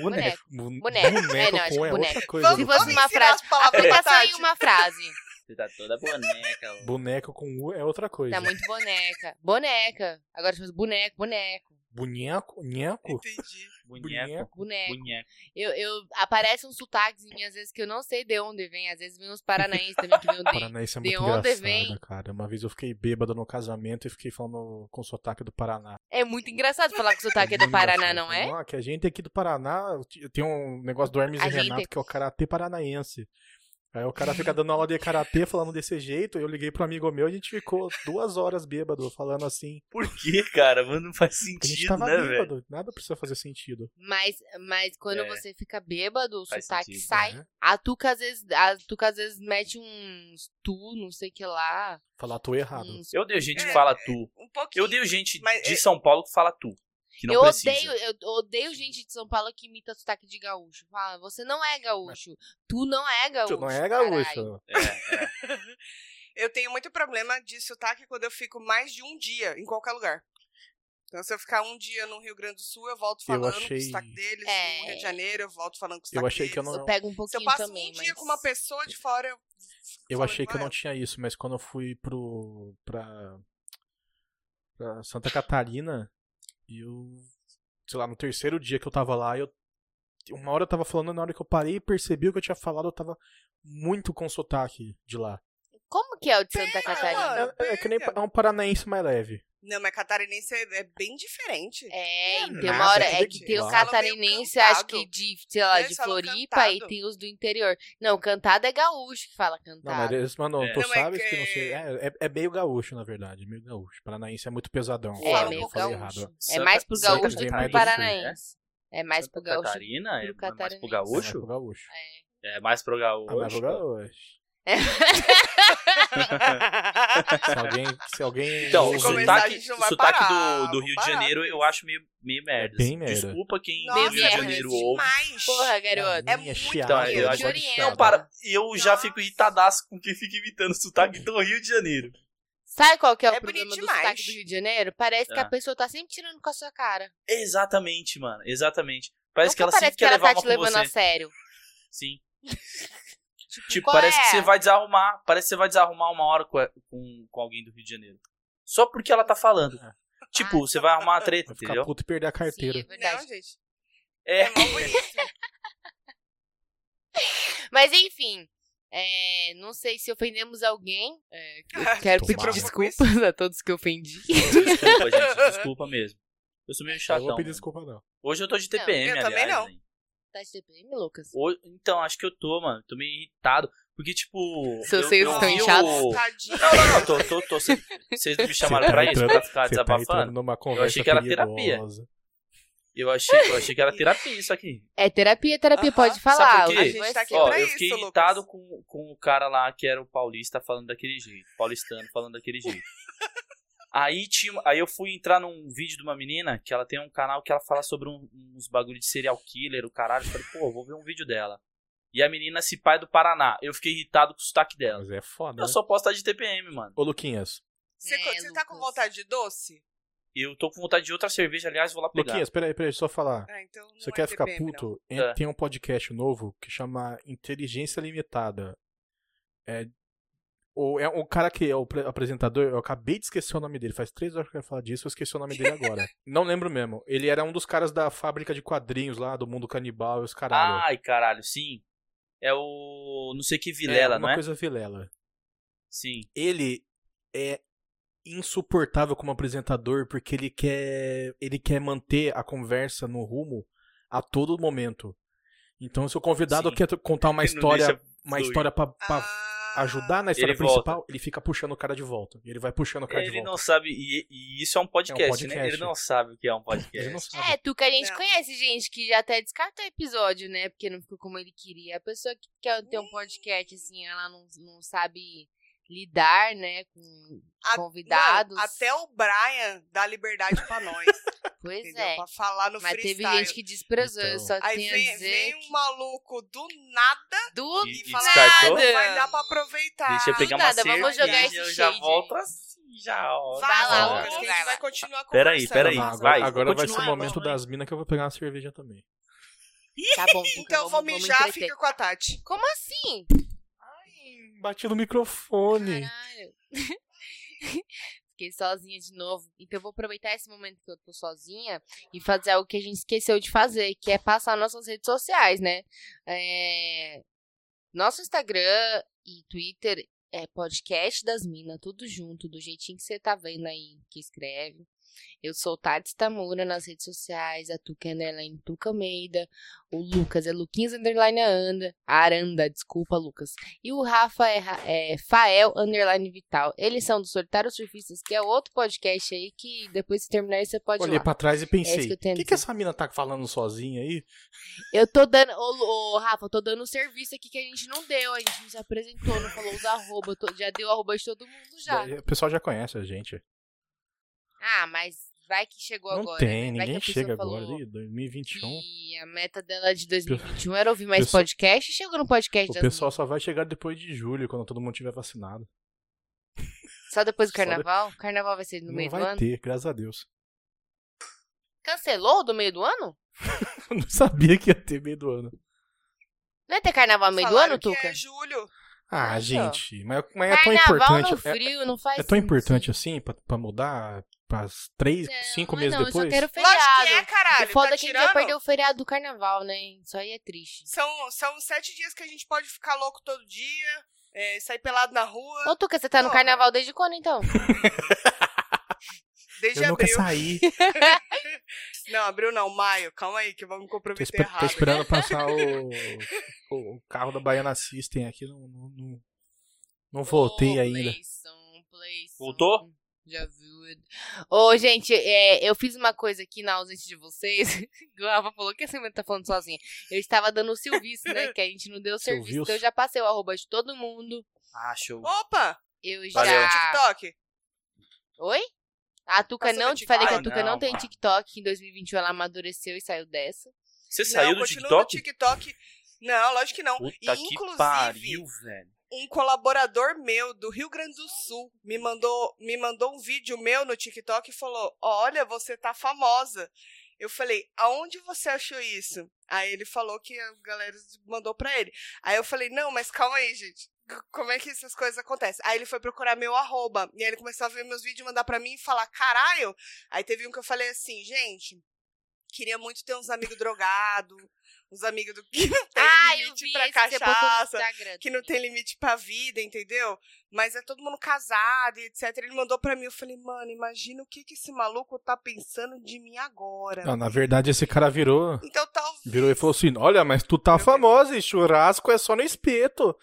B: Boneco.
A: Boneco.
D: Boneco.
A: Boneco. É, não,
D: Boneco
A: acho
D: com
A: que
D: é
A: boneco.
D: outra coisa.
A: Se
D: do
A: fosse
D: que-
A: uma
C: ensinar as
A: frase-
B: É
C: palavras pra
A: Pensa
C: Tati.
A: em uma frase.
B: Você tá toda boneca. ó.
D: Boneco com U é outra coisa.
A: Tá muito boneca. Boneca. Agora você faz boneco, boneco,
D: Boneco, nheco,
C: Entendi.
B: Boneco.
A: boneco.
B: Boneco.
A: Eu, eu, aparece uns sotaques em mim, às vezes, que eu não sei de onde vem. Às vezes vem uns paranaenses também que vem de...
D: paranaense é muito
A: de onde
D: engraçado,
A: vem?
D: cara. Uma vez eu fiquei bêbado no casamento e fiquei falando com sotaque do Paraná.
A: É muito engraçado falar que o sotaque é do
D: muito
A: Paraná,
D: engraçado.
A: não
B: né?
A: é?
D: Não, que a gente aqui do Paraná tem um negócio do Hermes
A: A
D: e
A: gente-
D: Renato que é o karatê paranaense. Aí o cara fica dando aula de karatê falando desse jeito. Eu liguei pro amigo meu e a gente ficou duas horas bêbado falando assim.
B: Por que, cara? Mas não faz
D: A gente
B: sentido,
D: tava
B: né, velho?
D: bêbado, nada precisa fazer sentido.
A: Mas, mas quando
B: É.
A: você fica bêbado, o
B: Faz
A: sotaque
B: sentido,
A: sai.
D: né?
A: A Tuca, às vezes, a Tuca, às vezes, mete uns tu, não sei o que lá.
D: Falar tô
B: Tá,
D: errado.
A: uns-
B: Eu odeio gente que
C: É,
B: fala tu.
C: Um pouquinho.
B: Eu odeio gente
C: Mas
B: de
C: é-
B: São Paulo que fala tu. Que não
A: Eu
B: precisa.
A: odeio, eu odeio gente de São Paulo que imita sotaque de gaúcho. Fala, você não é gaúcho. Tu não é gaúcho.
D: Tu não é
A: caralho."
D: gaúcho.
B: É, é.
C: Eu tenho muito problema de sotaque quando eu fico mais de um dia em qualquer lugar. Então, se eu ficar um dia no Rio Grande do Sul, eu volto
D: Eu
C: falando com
D: achei-
C: o sotaque deles.
A: É.
C: No Rio de Janeiro, eu volto falando com o sotaque
D: Eu achei que eu
C: deles.
D: não.
A: Eu pego um
C: Se eu
A: pouquinho
C: passo
A: também,
C: um dia
A: mas...
C: com uma pessoa de fora, eu.
D: Eu
C: falo
D: achei que eu não
C: igual
D: tinha isso, mas quando eu fui pro. pra. pra Santa Catarina, eu. sei lá, no terceiro dia que eu tava lá, eu. Uma hora eu tava falando, na hora que eu parei e percebi o que eu tinha falado, eu tava muito com sotaque de lá.
A: Como que é o de Santa
C: mano.
A: Catarina?
D: É, é que nem é um paranaense mais leve.
C: Não, mas catarinense é é bem diferente.
A: É,
D: Não é
A: tem
D: nada,
A: uma hora.
D: é
A: É que tem o
D: ridículo.
A: catarinense,
C: Eles falam meio
A: acho que de, sei lá,
C: Eles
A: de
C: falam
A: Floripa,
C: cantado.
A: e tem os do interior. Não, cantado é gaúcho que fala
D: Não, mas
A: cantado.
D: eles, mano,
B: É.
D: tu
C: Não, é
D: sabes
C: que-
D: que não sei. É, é, é meio gaúcho, na verdade, meio gaúcho. Paranaense é muito pesadão.
C: É,
D: Fala,
C: meio
D: eu falei
A: gaúcho.
D: errado.
A: É mais pro
B: Santa
A: gaúcho do que
D: Catarina
A: pro
D: é mais do sul,
A: paranaense. É mais pro
B: Santa
A: gaúcho.
B: Catarina?
A: pro
B: É mais pro
A: catarinense.
D: É mais
B: gaúcho?
D: pro gaúcho.
B: É mais pro
D: É mais pro
B: gaúcho.
D: gaúcho. Se alguém. Se alguém
B: Então,
D: ouve-
B: o
C: Se começar, a
B: sotaque,
C: gente não
B: o
C: vai
B: sotaque
C: parar,
B: do, do
C: vamos
B: Rio de
C: Ah, parar.
B: Janeiro eu acho meio, meio merda.
D: É bem
B: assim.
D: merda.
B: Desculpa quem
C: Nossa, é
B: do Rio de
A: merda,
B: Janeiro
A: sim.
B: ouve.
C: demais. Tá,
A: Porra, garoto.
C: É
D: Minha
C: muito
D: chiada,
B: Então, eu acho-
D: pode
A: Não,
D: chiada.
A: Cara,
B: Não, para. E eu já
C: é. Nossa.
B: fico irritadaço com quem fica imitando o sotaque do Rio de Janeiro.
A: Sabe qual que é o
C: É
A: problema
C: bonito
A: do sotaque
C: demais.
A: do Rio de Janeiro? Parece que
B: Ah.
A: a pessoa tá sempre tirando com a sua cara.
B: Exatamente, mano. Exatamente. Parece
A: Nunca
B: que ela
A: parece
B: sempre
A: que
B: quer
A: ela
B: levar
A: tá
B: uma
A: te
B: com
A: levando
B: você.
A: a sério.
B: Sim.
A: Tipo,
B: Tipo,
A: qual
B: parece
A: é?
B: que você vai desarrumar. Parece que você vai desarrumar uma hora com, com, com alguém do Rio de Janeiro. Só porque ela tá falando.
D: Ah.
B: Tipo, você vai arrumar uma treta,
D: Vai ficar
B: entendeu?
D: puto e perder a carteira.
A: Sim, é verdade.
C: Não, gente.
B: É.
C: É mó bonito.
A: Mas enfim, é, não sei se ofendemos alguém. É, eu quero pedir
D: Tomara.
A: desculpas a todos que ofendi.
B: Desculpa, gente. Desculpa mesmo. Eu sou meio
D: Eu
B: chatão.
D: não vou pedir
B: mano.
D: desculpa, não.
B: Hoje eu tô de
A: Não,
B: TPM,
C: eu
B: aliás.
C: também não.
B: hein.
A: Tá de TPM, Lucas?
B: Hoje- então, acho que eu tô, mano. Tô meio irritado. Porque, tipo.
A: Seus
B: eu-
A: seios
B: eu
A: estão
B: vi o-
A: inchados?
C: Tadinho.
B: Não, não, não. Tô, tô, tô. Vocês- Vocês não me chamaram
D: Você tá
B: pra isso,
D: entrando-
B: pra ficar
D: Você tá entrando
B: desabafando.
D: numa conversa
B: que era terapia.
D: perigosa.
B: Eu achei, eu achei que era terapia isso aqui.
A: É terapia, terapia,
C: Aham.
A: pode falar.
B: Sabe por quê?
A: o
B: A
A: Igor
C: gente
A: é
C: tá aqui
A: seu.
B: Ó,
C: pra
B: eu
C: isso,
B: fiquei
C: Lucas.
B: irritado com, com o cara lá que era o paulista falando daquele jeito. Paulistano falando daquele jeito. Aí, tinha, aí eu fui entrar num vídeo de uma menina que ela tem um canal que ela fala sobre um- uns bagulho de serial killer, o caralho. Eu falei, pô, eu vou ver um vídeo dela. E a menina se pai do Paraná. Eu fiquei irritado com o sotaque dela.
D: Mas é foda.
B: Eu
D: né?
B: só posso estar de TPM, mano.
D: Ô, Luquinhas.
C: Você,
A: É,
C: você tá com
A: Lucas.
C: vontade de doce?
B: Eu tô com vontade de outra cerveja, aliás, vou lá pegar.
D: Luquinhas, peraí, peraí, só falar.
C: Ah, então não
D: Você
C: é
D: quer ficar
C: TPM, não.
D: puto?
B: É.
D: Tem um podcast novo que chama Inteligência Limitada. É. O, é um cara que é o pre- apresentador, eu acabei de esquecer o nome dele, faz três horas que eu ia falar disso, eu esqueci o nome dele agora. Não lembro mesmo. Ele era um dos caras da fábrica de quadrinhos lá, do mundo canibal e os caralho.
B: Ai, caralho, sim. É o. Não sei que Vilela,
D: é,
B: não
D: uma
B: é?
D: coisa vilela.
B: Sim.
D: ele é insuportável como apresentador porque ele quer ele quer manter a conversa no rumo a todo momento. Então, se o convidado
B: Sim. É
D: quer t- contar uma
B: Ele não
D: história,
B: deixa
D: uma
B: fluir.
D: história pra, pra
C: Ah,
D: ajudar na história
B: Ele volta.
D: principal, ele fica puxando o cara de volta. Ele vai puxando o cara de
B: Ele
D: volta.
B: não sabe. E, e isso é um podcast,
D: É um podcast.
B: né? Ele não sabe o que é um podcast.
D: Ele não sabe.
A: É, tu que a gente
C: Não.
A: conhece gente que já até descarta o episódio, né? Porque não ficou como ele queria. A pessoa que quer ter um podcast, assim, ela não, não sabe lidar, né? Com
C: A-
A: convidados.
C: Mano, até o Brian dá liberdade pra nós.
A: Pois
C: entendeu?
A: é.
C: Pra falar no
A: Mas teve
C: freestyle.
A: gente que assim, desprezou. Eu
D: Então.
A: só
C: Aí
A: tenho a
C: vem,
A: dizer
C: vem um maluco do nada
A: do
B: E- e
C: e fala:
B: descartou?
C: "Ah, não vai dar pra aproveitar.
B: Deixa eu pegar uma
A: nada,
B: cerveja
A: vamos jogar esse
B: e eu já
A: shade.
B: volto assim, já, ó.
C: Vai
B: Ó.
C: lá, Lucas,
A: vai
C: que a gente
A: lá.
C: vai continuar
B: Peraí,
A: É,
C: conversando.
B: peraí,
D: Ah,
B: vai,
D: agora agora vai ser
B: continua,
D: o momento
B: continua.
D: das minas que eu vou pegar uma cerveja também.
A: Tá bom, Tuca,
C: Então vou
A: vamos, vamos
C: mijar,
A: entreter.
C: fica com a Tati.
A: Como assim?
D: Bati no microfone.
A: Caralho. Fiquei sozinha de novo. Então eu vou aproveitar esse momento que eu tô sozinha e fazer algo que a gente esqueceu de fazer, que é passar nossas redes sociais, né? É, Nosso Instagram e Twitter é podcast das minas, tudo junto, do jeitinho que você tá vendo aí, que escreve. Eu sou Tati Tamura nas redes sociais, a Tuca é Nelene Tuca Almeida, o Lucas é Luquinhas Underline Aranda, Aranda, desculpa, Lucas. E o Rafa é, Ra- é Fael Underline Vital. Eles são do Solitário Surfistas, que é outro podcast aí que depois que terminar você pode ir
D: Olhei
A: lá.
D: pra trás
A: É
D: e
A: isso
D: pensei,
A: que
D: o
A: eu tenho a
D: que, que
A: dizer.
D: essa mina tá falando sozinha aí?
A: Eu tô dando. Ô, Lu- ô, Rafa, eu tô dando um serviço aqui que a gente não deu. A gente não se apresentou, não falou os arroba. eu tô- já deu arroba de todo mundo já.
D: O pessoal já conhece a gente.
A: Ah, mas vai que chegou
D: Não
A: agora.
D: tem,
A: né? Vai
D: ninguém
A: que a pessoa
D: chega
A: falou
D: agora. um. Ih, 2021.
A: Que a meta dela é de 2021 era ouvir mais
D: Pessoal-
A: podcast e chegou no podcast
D: O
A: das
D: pessoal só vai chegar depois de julho, quando todo mundo tiver vacinado.
A: Só depois do
D: Só de-
A: carnaval? O carnaval vai ser no
D: Não
A: meio do
D: vai
A: ano?
D: ter, graças a Deus.
A: Cancelou do meio do ano?
D: Eu não sabia que ia ter meio do ano.
A: Não ia ter carnaval no meio do
C: Falaram
A: ano,
C: que
A: Tuca?
C: É julho.
D: Ah,
A: Nossa.
D: gente, mas, mas é tão
A: Carnaval
D: importante.
A: no
D: é-
A: frio, não faz
D: É tão
A: sentido.
D: importante assim pra, pra mudar pra três,
A: Não,
D: cinco
A: mas
D: meses
A: não,
D: depois?
A: Eu só quero feriado.
C: Lógico que é, caralho.
A: o foda
C: tá
A: é que a gente
C: tirando?
A: vai perder o feriado do carnaval, né? Isso aí é triste.
C: São, são sete dias que a gente pode ficar louco todo dia, é, sair pelado na rua,
A: Ô, Tuca, você tá no
C: Porra.
A: carnaval desde quando, então?
C: desde
D: Eu nunca
C: abril.
D: saí.
C: Não, abril não, maio. Calma aí, que eu vou me
D: Tô,
C: comprometer
D: esper- tô
C: errado.
D: esperando passar o, o carro da Baiana System aqui. Não, não, não, não voltei
A: Ô,
D: ainda.
A: Um Playson, um Playson.
B: Voltou?
A: Já viu. Ô, gente, é, eu fiz uma coisa aqui na ausência de vocês. O Rafa falou que essa menina tá falando sozinha. Eu estava dando o serviço, né? Que a gente não deu o serviço.
D: Silvius.
A: Então eu já passei o arroba de todo mundo.
B: Ah, show.
C: Opa!
A: Eu já.
B: Valeu.
C: Valeu. TikTok.
A: Oi? A Tuca
C: Passou
A: não,
C: no
A: te falei que a
B: TikTok?
A: Tuca não,
B: Não,
A: tem
B: pá.
A: TikTok. Em 2021 ela amadureceu e saiu dessa.
B: Você saiu do
C: não, continua
B: TikTok?
C: no TikTok. Não, lógico que não.
B: Puta
C: e
B: que
C: inclusive,
B: pariu, velho.
C: um colaborador meu do Rio Grande do Sul me mandou, me mandou um vídeo meu no TikTok e falou: Olha, você tá famosa. Eu falei, aonde você achou isso? Aí ele falou que a galera mandou pra ele. Aí eu falei, não, mas calma aí, gente. C- Como é que essas coisas acontecem? Aí ele foi procurar meu arroba. E aí ele começou a ver meus vídeos, mandar pra mim e falar, caralho. Aí teve um que eu falei assim, gente, queria muito ter uns amigos drogados, uns amigos do que não tem limite pra
A: esse que você botou no
C: cachaça
A: Instagram
C: que não
A: também.
C: tem limite pra vida, entendeu? Mas é todo mundo casado e etc. Ele mandou pra mim, eu falei, mano, imagina o que, que esse maluco tá pensando de mim agora.
D: Não, na verdade, esse cara virou.
C: Então talvez.
D: Virou e falou assim: Olha, mas tu tá
C: Meu
D: famosa e churrasco é só no espeto.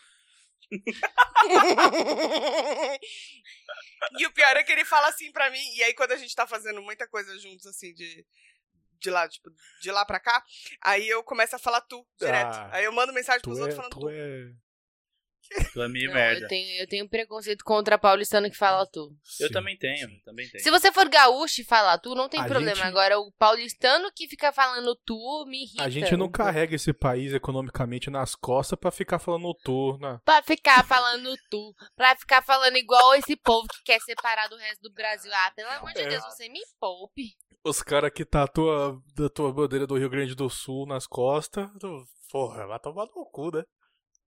C: e o pior é que ele fala assim pra mim, e aí quando a gente tá fazendo muita coisa juntos, assim, de. De lá, tipo, de lá pra cá, aí eu começo a falar tu direto.
D: Ah,
C: aí eu mando mensagem pros
D: Tu é,
C: outros falando
D: tu
C: tu.
D: é.
B: Tu é meio
A: Não,
B: merda.
A: Eu tenho, eu tenho preconceito contra paulistano que fala tu.
B: Eu
D: Sim.
B: também tenho, eu também tenho.
A: Se você for gaúcho e falar tu, não tem
D: A
A: problema.
D: gente-
A: Agora, o paulistano que fica falando tu me irrita.
D: A gente não
A: um
D: carrega esse país economicamente nas costas pra ficar falando tu, né?
A: pouco. Pra ficar falando tu, pra ficar falando igual esse povo que quer separar do resto do Brasil. Ah, pelo amor de
D: É.
A: Deus, você me poupe.
D: Os caras que tatuam da tua bandeira do Rio Grande do Sul nas costas. tu- Porra, vai tomar no cu, né?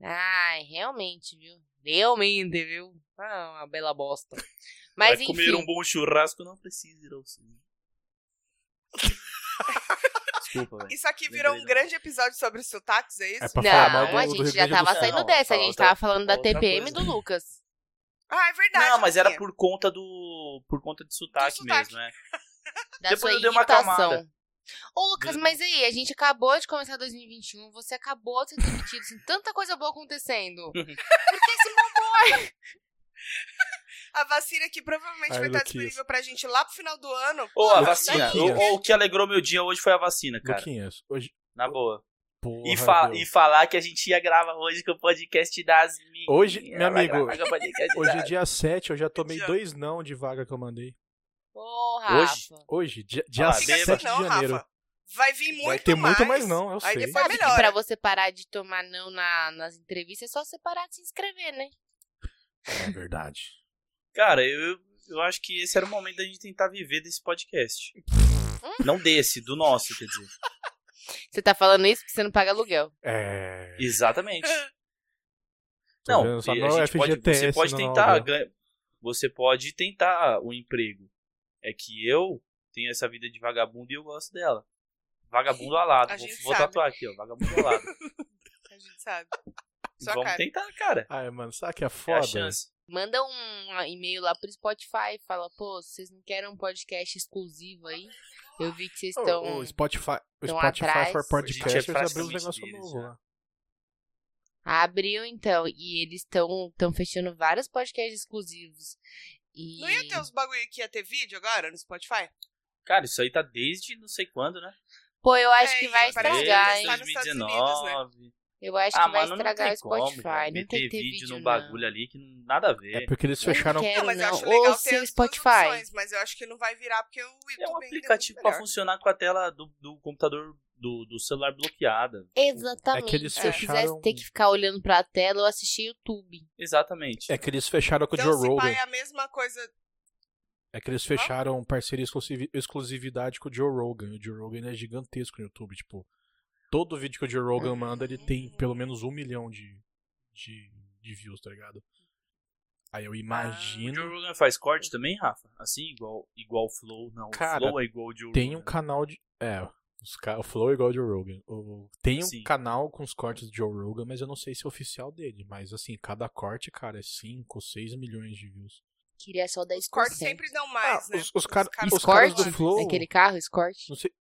A: Ai, realmente, viu? Realmente, viu? Ah, uma bela bosta.
B: Vai
A: Mas enfim.
B: comer um bom churrasco, não precisa ir ao sul. Desculpa, velho.
C: Isso aqui virou um
B: Lembrei, não.
C: grande episódio sobre sotaques, é isso?
D: É pra falar mal
A: Não,
D: do,
A: a
D: do Rio
A: gente já
D: Grande
A: tava
D: do Sul.
A: saindo
B: Não,
A: dessa, a
B: fala
A: gente
B: outra-
A: tava falando da
B: outra
A: TPM
B: coisa.
A: do Lucas.
C: Ah, é verdade.
B: Não, mas era
C: Luquinha.
B: por conta do. por conta de sotaque,
C: sotaque.
B: mesmo, né?
A: Da
B: Depois
A: sua
B: eu dei uma
A: irritação.
B: acalmada. Hum.
A: Ô, Lucas,
B: Deu-
A: mas aí, a gente acabou de começar 2021, você acabou de ser demitido, assim, tanta coisa boa acontecendo.
C: A vacina que provavelmente
D: Ai,
C: vai estar
D: Luquinhas.
C: disponível pra gente lá pro final do ano.
B: Ô, a
D: Luquinhas.
B: vacina. Ô, ô, o que alegrou meu dia hoje foi a vacina, cara.
D: Luquinhas, hoje.
B: Na boa.
D: Porra,
B: E, fa-
D: meu.
B: e falar que a gente ia gravar hoje com o podcast das minhas.
D: Hoje, meu
B: Vai
D: amigo,
B: gravar com o podcast
D: Hoje é
B: das-
D: dia 7, eu já tomei
C: Dia-
D: dois não de vaga que eu mandei.
A: Ô, Rafa.
B: Hoje?
D: Hoje, dia, dia
B: Ah,
C: Fica assim
D: 7 de
C: não,
D: janeiro.
C: Rafa. Vai vir muito
D: Vai ter
C: mais.
D: muito mais não, eu
C: Aí
D: sei.
C: depois
A: Sabe que
C: melhora.
A: pra você parar de tomar não na- nas entrevistas, é só você parar de se inscrever, né?
D: É verdade.
B: Cara, eu, eu acho que esse era o momento da gente tentar viver desse podcast. Não desse, do nosso, quer dizer.
A: Você tá falando isso porque você não paga aluguel.
D: É.
B: Exatamente.
D: Tá
B: Não,
D: vendo? Só
B: e
D: não
B: a
D: é
B: gente pode,
D: FGTS,
B: você pode
D: não,
B: tentar
D: não.
B: ganha- você pode tentar o emprego. É que eu tenho essa vida de vagabundo e eu gosto dela. Vagabundo alado.
C: A
B: Vou,
C: gente
B: vou
C: sabe.
B: tatuar aqui, ó. Vagabundo alado.
C: A gente sabe. Sua
B: Vamos
C: cara.
B: tentar, cara.
D: Ai, mano, sabe que
B: É
D: é
B: a
D: foda?
B: chance.
A: Manda um e-mail lá pro Spotify, fala, pô, vocês não querem um podcast exclusivo aí? Eu vi que vocês
D: O-
A: estão...
D: o Spotify, o
A: tão
D: Spotify
A: atrás.
D: for
B: Hoje em
D: Podcasters
B: dia é
D: abriu um
B: praticamente
D: negócio
B: deles,
D: novo
B: né?
D: lá.
A: Abriu, então, e eles estão tão fechando vários podcasts exclusivos. E...
C: Não ia ter uns bagulho que ia ter vídeo agora no Spotify?
B: Cara, isso aí tá desde não sei quando, né?
A: Pô, eu acho
C: É,
A: que vai
C: e parece que
A: estragar,
C: eles
A: hein?
C: tá nos Estados Unidos, né?
A: Eu acho
B: Ah,
A: que vai
B: mano, não
A: estragar
B: tem
A: o Spotify.
B: como, cara,
A: não
B: meter
A: tem que ter
B: vídeo
A: vídeo,
B: num
A: não.
B: bagulho ali que não nada a ver.
D: É porque eles
A: Eu não
D: fecharam.
A: quero,
C: não, mas eu
A: não.
C: acho legal
A: Ou
C: ter
A: seu
C: as duas
A: Spotify.
C: opções, mas eu acho que não vai virar porque o YouTube
B: É um
C: ainda muito
B: aplicativo pra
C: melhor.
B: funcionar com a tela do, do computador do, do celular bloqueada.
A: Exatamente.
D: É que eles
A: Se eu
D: fecharam-
A: quisesse ter que ficar olhando pra tela, eu assistia YouTube.
B: Exatamente.
D: É que eles fecharam com o
C: Então,
D: Joe
C: se
D: Rogan.
C: pai é a mesma coisa.
D: É que eles fecharam parceria e exclusivi- exclusividade com o Joe Rogan. O Joe Rogan é gigantesco no YouTube, tipo, todo vídeo que o Joe Rogan manda, ele tem pelo menos um milhão de, de, de views, tá ligado? Aí
B: Ah,
D: eu
B: O Joe
D: imagino.
B: Rogan faz corte também, Rafa? Assim, igual igual o Flow? Não,
D: Cara,
B: o Flow é igual o Joe
D: tem um
B: Rogan.
D: canal de. É, os ca... o Flow é igual o Joe Rogan. O- Tem um
B: Sim.
D: canal com os cortes do Joe Rogan, mas eu não sei se é oficial dele. Mas assim, cada corte, cara, é 5, 6 milhões de views.
A: Queria só 10%.
C: Cortes sempre dão mais,
D: Ah,
C: né?
D: os- os cara- os caras
A: Escort?
D: do Flow.
A: Aquele carro, Escort?
D: Não sei,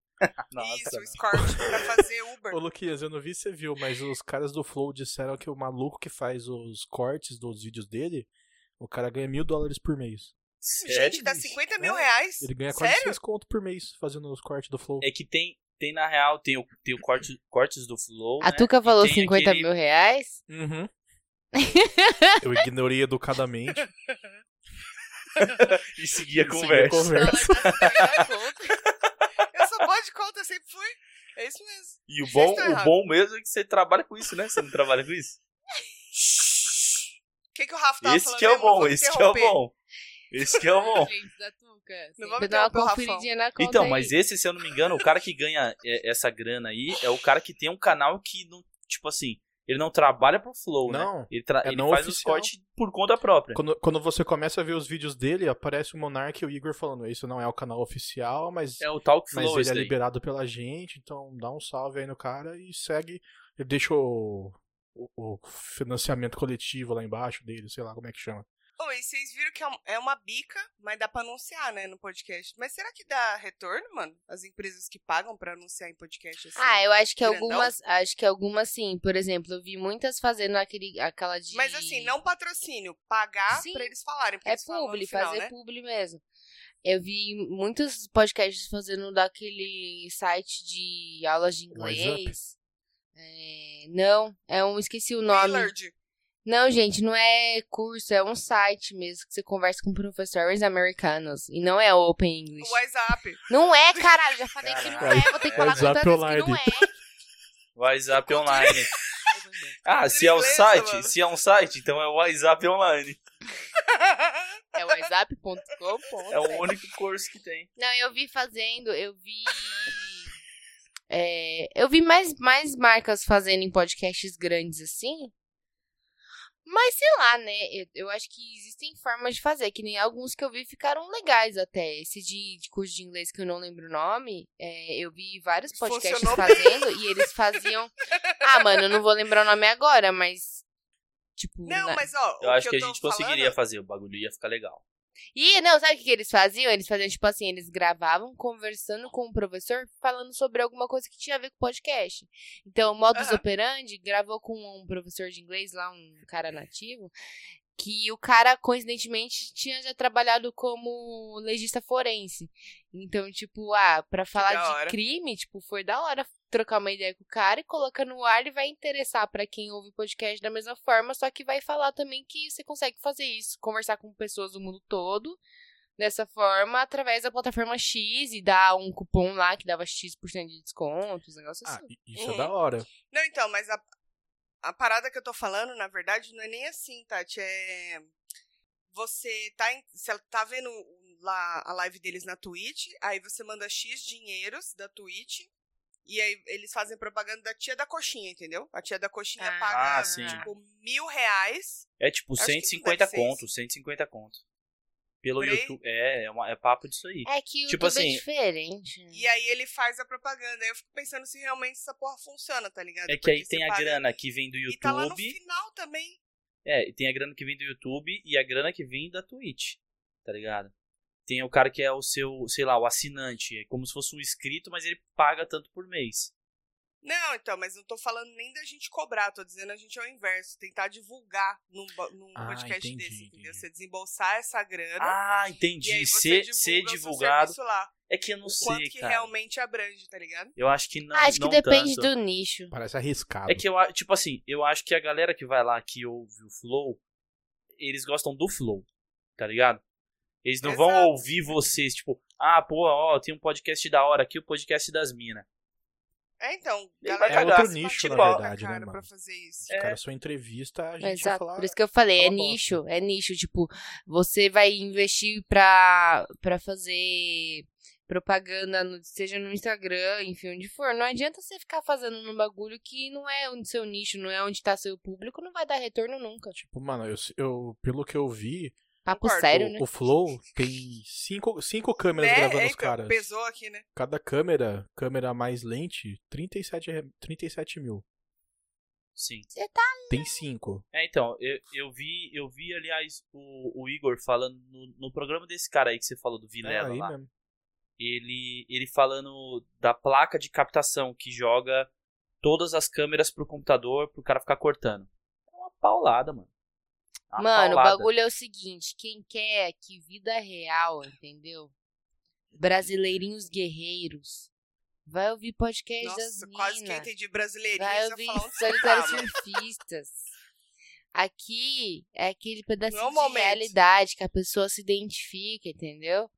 B: Nossa,
C: Isso,
B: né?
C: o Scorch pra fazer Uber.
D: Ô, Luquinhas, eu não vi se você viu, mas os caras do Flow disseram que o maluco que faz os cortes dos vídeos dele, o cara ganha mil dólares por mês.
C: Gente, dá
B: bicho?
C: 50 mil reais.
D: É? Ele ganha quase
C: Sério?
D: seis conto por mês fazendo os cortes do Flow.
B: É que tem, tem na real, tem o, tem o corte, cortes do Flow.
A: A
B: né?
A: Tuca falou
B: E tem
A: 50
B: aquele-
A: mil reais?
D: Uhum. eu ignorei educadamente.
B: E seguia a
D: Segui a
B: conversa.
D: conversa.
C: Não, mas é eu também dá conta. Eu sou boa de conta, eu sempre fui. É isso mesmo.
B: E o
C: Vocês
B: bom,
C: estão
B: o
C: errados.
B: bom mesmo é que você trabalha com isso, né? Você não trabalha com isso?
C: O que, que o Rafa tava
B: esse
C: falando?
B: que é o
C: mesmo? Não
B: bom,
C: vou
B: esse que é o
C: interromper.
B: bom. Esse que é o bom.
A: Gente, da Tuca.
C: Não vamos
A: Sempre dá uma
C: interromper o Rafão.
A: conferidinha na conta
B: Então,
A: aí.
B: mas esse, se eu não me engano, o cara que ganha é, essa grana aí é o cara que tem um canal que, não, tipo assim, ele não trabalha pro Flow, né?
D: Não,
B: Ele, tra-
D: é
B: ele
D: não
B: faz os
D: oficial.
B: cortes por conta própria.
D: Quando, quando você começa a ver os vídeos dele, aparece o Monark e o Igor falando: Isso não é o canal oficial, mas,
B: É o Talk
D: mas
B: Flow,
D: ele
B: esse
D: é
B: daí.
D: liberado pela gente, então dá um salve aí no cara e segue. Ele deixa o, o- o financiamento coletivo lá embaixo dele, sei lá como é que chama.
C: Ô, e vocês viram que é um- é uma bica, mas dá pra anunciar, né, no podcast. Mas será que dá retorno, mano? As empresas que pagam pra anunciar em podcast assim.
A: Ah, eu acho que
C: Grandão?
A: algumas, acho que algumas sim. Por exemplo, eu vi muitas fazendo aquele, aquela de...
C: Mas assim, não patrocínio, pagar
A: Sim.
C: pra eles falarem. Porque
A: É
C: eles falam no
A: publi,
C: final,
A: fazer
C: né?
A: publi mesmo. Eu vi muitos podcasts fazendo daquele site de aulas de
D: Wise
A: inglês. É, não, é um, esqueci o nome.
C: Willard.
A: Não, gente, não é curso, é um site mesmo que você conversa com professores americanos. E não é Open English.
C: WhatsApp.
A: Não é, caralho, já falei que não é,
B: Caralho.
A: vou ter que falar
D: WhatsApp
A: tantas vezes que não
D: online.
A: é.
B: WhatsApp online. Ah, se é o
C: Inglês,
B: site,
C: mano.
B: se é um site, então é o WhatsApp online.
A: É whatsapp.com.
B: É
D: um
B: o único curso que tem.
A: Não, eu vi fazendo, eu vi. É, eu vi mais, mais marcas fazendo em podcasts grandes assim. Mas sei lá, né? Eu, eu acho que existem formas de fazer, que nem alguns que eu vi ficaram legais até. Esse de, de curso de inglês que eu não lembro o nome, é, eu vi vários podcasts
C: Funcionou bem.
A: fazendo e eles faziam. Ah, mano, eu não vou lembrar o nome agora, mas. Tipo.
C: Não,
A: na-
C: mas ó,
B: Eu
C: o
B: acho
C: que
B: que
C: eu
B: a
C: tô
B: gente
C: falando-
B: conseguiria fazer, o bagulho ia ficar legal.
A: E, não, sabe o que que eles faziam? Eles faziam, tipo assim, eles gravavam conversando com o professor, falando sobre alguma coisa que tinha a ver com o podcast. Então, o Modus
C: Aham.
A: Operandi gravou com um professor de inglês lá, um cara nativo, que o cara, coincidentemente, tinha já trabalhado como legista forense. Então, tipo, ah, pra
C: da
A: falar
C: hora.
A: de crime, tipo, foi da hora trocar uma ideia com o cara e colocar no ar, ele vai interessar pra quem ouve o podcast da mesma forma, só que vai falar também que você consegue fazer isso, conversar com pessoas do mundo todo dessa forma através da plataforma X e dar um cupom lá que dava X% de desconto, uns negócios
D: Ah,
A: assim.
D: i- isso
C: Uhum.
D: é da hora.
C: Não, então, mas a, a parada que eu tô falando, na verdade, não é nem assim, Tati. É. Você tá, em- você tá vendo lá a live deles na Twitch, aí você manda X dinheiros da Twitch, e aí eles fazem propaganda da tia da coxinha, entendeu? A tia da coxinha
A: Ah.
C: paga,
B: Ah, sim.
C: tipo, mil reais.
B: É tipo
C: Acho que não
B: 150
C: deve ser
B: conto, 150 conto. Pelo
C: Por aí?
B: YouTube. É, é, uma- é papo disso aí.
A: É que o
B: Tipo
A: tipo
B: assim,
A: é diferente.
C: E aí ele faz a propaganda. Aí eu fico pensando se realmente essa porra funciona, tá ligado?
B: É que
C: Porque
B: aí
C: você
B: tem a
C: paga-
B: grana que vem do
C: E tá lá no
B: YouTube.
C: final também.
B: É, e tem a grana que vem do YouTube e a grana que vem da Twitch. Tá ligado? Tem o cara que é o seu, sei lá, o assinante. É como se fosse um inscrito, mas ele paga tanto por mês.
C: Não, então, mas não tô falando nem da gente cobrar, tô dizendo a gente ao inverso, tentar divulgar num, bo- num
D: Ah,
C: podcast
D: entendi,
C: desse, entendeu?
D: entendi.
C: Você desembolsar essa grana
B: Ah,
C: e aí
B: entendi. Ser,
C: você divulga
B: ser
C: o seu
B: divulgado.
C: serviço lá,
B: É que eu não
C: o
B: sei,
C: quanto que
B: cara.
C: realmente abrange, tá ligado?
B: Eu acho que não.
A: Acho que
B: não
A: depende
B: tanto.
A: do nicho.
D: Parece arriscado.
B: É que eu acho, tipo assim, eu acho que a galera que vai lá que ouve o Flow, eles gostam do Flow, tá ligado? Eles não vão
C: Exato.
B: ouvir vocês, tipo, ah, pô, ó, tem um podcast da hora aqui, o podcast das minas.
C: É, então,
B: Ele
C: galera
B: vai
D: É
C: que
B: cagar.
C: tá
D: outro
C: se
D: nicho, na
C: batendo na
D: verdade, né,
C: cara
D: mano?
C: pra fazer isso.
B: É,
D: Os caras só entrevista, a gente vai
A: Exato,
D: falar.
A: por isso que eu falei, é
D: fala bosta.
A: nicho, é nicho, tipo, você vai investir pra, pra fazer propaganda, no- seja no Instagram, enfim, onde for, não adianta você ficar fazendo num bagulho que não é o seu nicho, não é onde tá seu público, não vai dar retorno nunca,
D: Tipo, mano, eu, eu- pelo que eu vi,
A: papo
C: Concordo.
A: sério,
D: o,
A: né?
D: o Flow tem cinco, cinco câmeras
C: Né?
D: gravando
C: É,
D: os
C: então,
D: caras.
C: Pesou aqui, né?
D: Cada câmera, câmera mais lente, 37, re- 37 mil.
B: Sim.
D: Tem cinco.
B: É, então, eu, eu vi, eu vi, aliás, o, o Igor falando no, no programa desse cara aí que você falou, do
D: É,
B: Vilela
D: aí
B: lá.
D: mesmo.
B: Ele, ele falando da placa de captação que joga todas as câmeras pro computador pro cara ficar cortando. É uma paulada, mano. É uma
A: Mano,
B: paulada.
A: o bagulho é o seguinte, quem quer que vida real, entendeu? Brasileirinhos guerreiros, vai ouvir podcast das
C: Nossa,
A: minas.
C: quase que eu entendi brasileirinho.
A: Vai
C: você
A: ouvir
C: fala, onde você
A: Solitários
C: tá, mano?
A: Surfistas. Aqui é aquele pedacinho
C: Não é o
A: de
C: momento.
A: realidade que a pessoa se identifica, entendeu?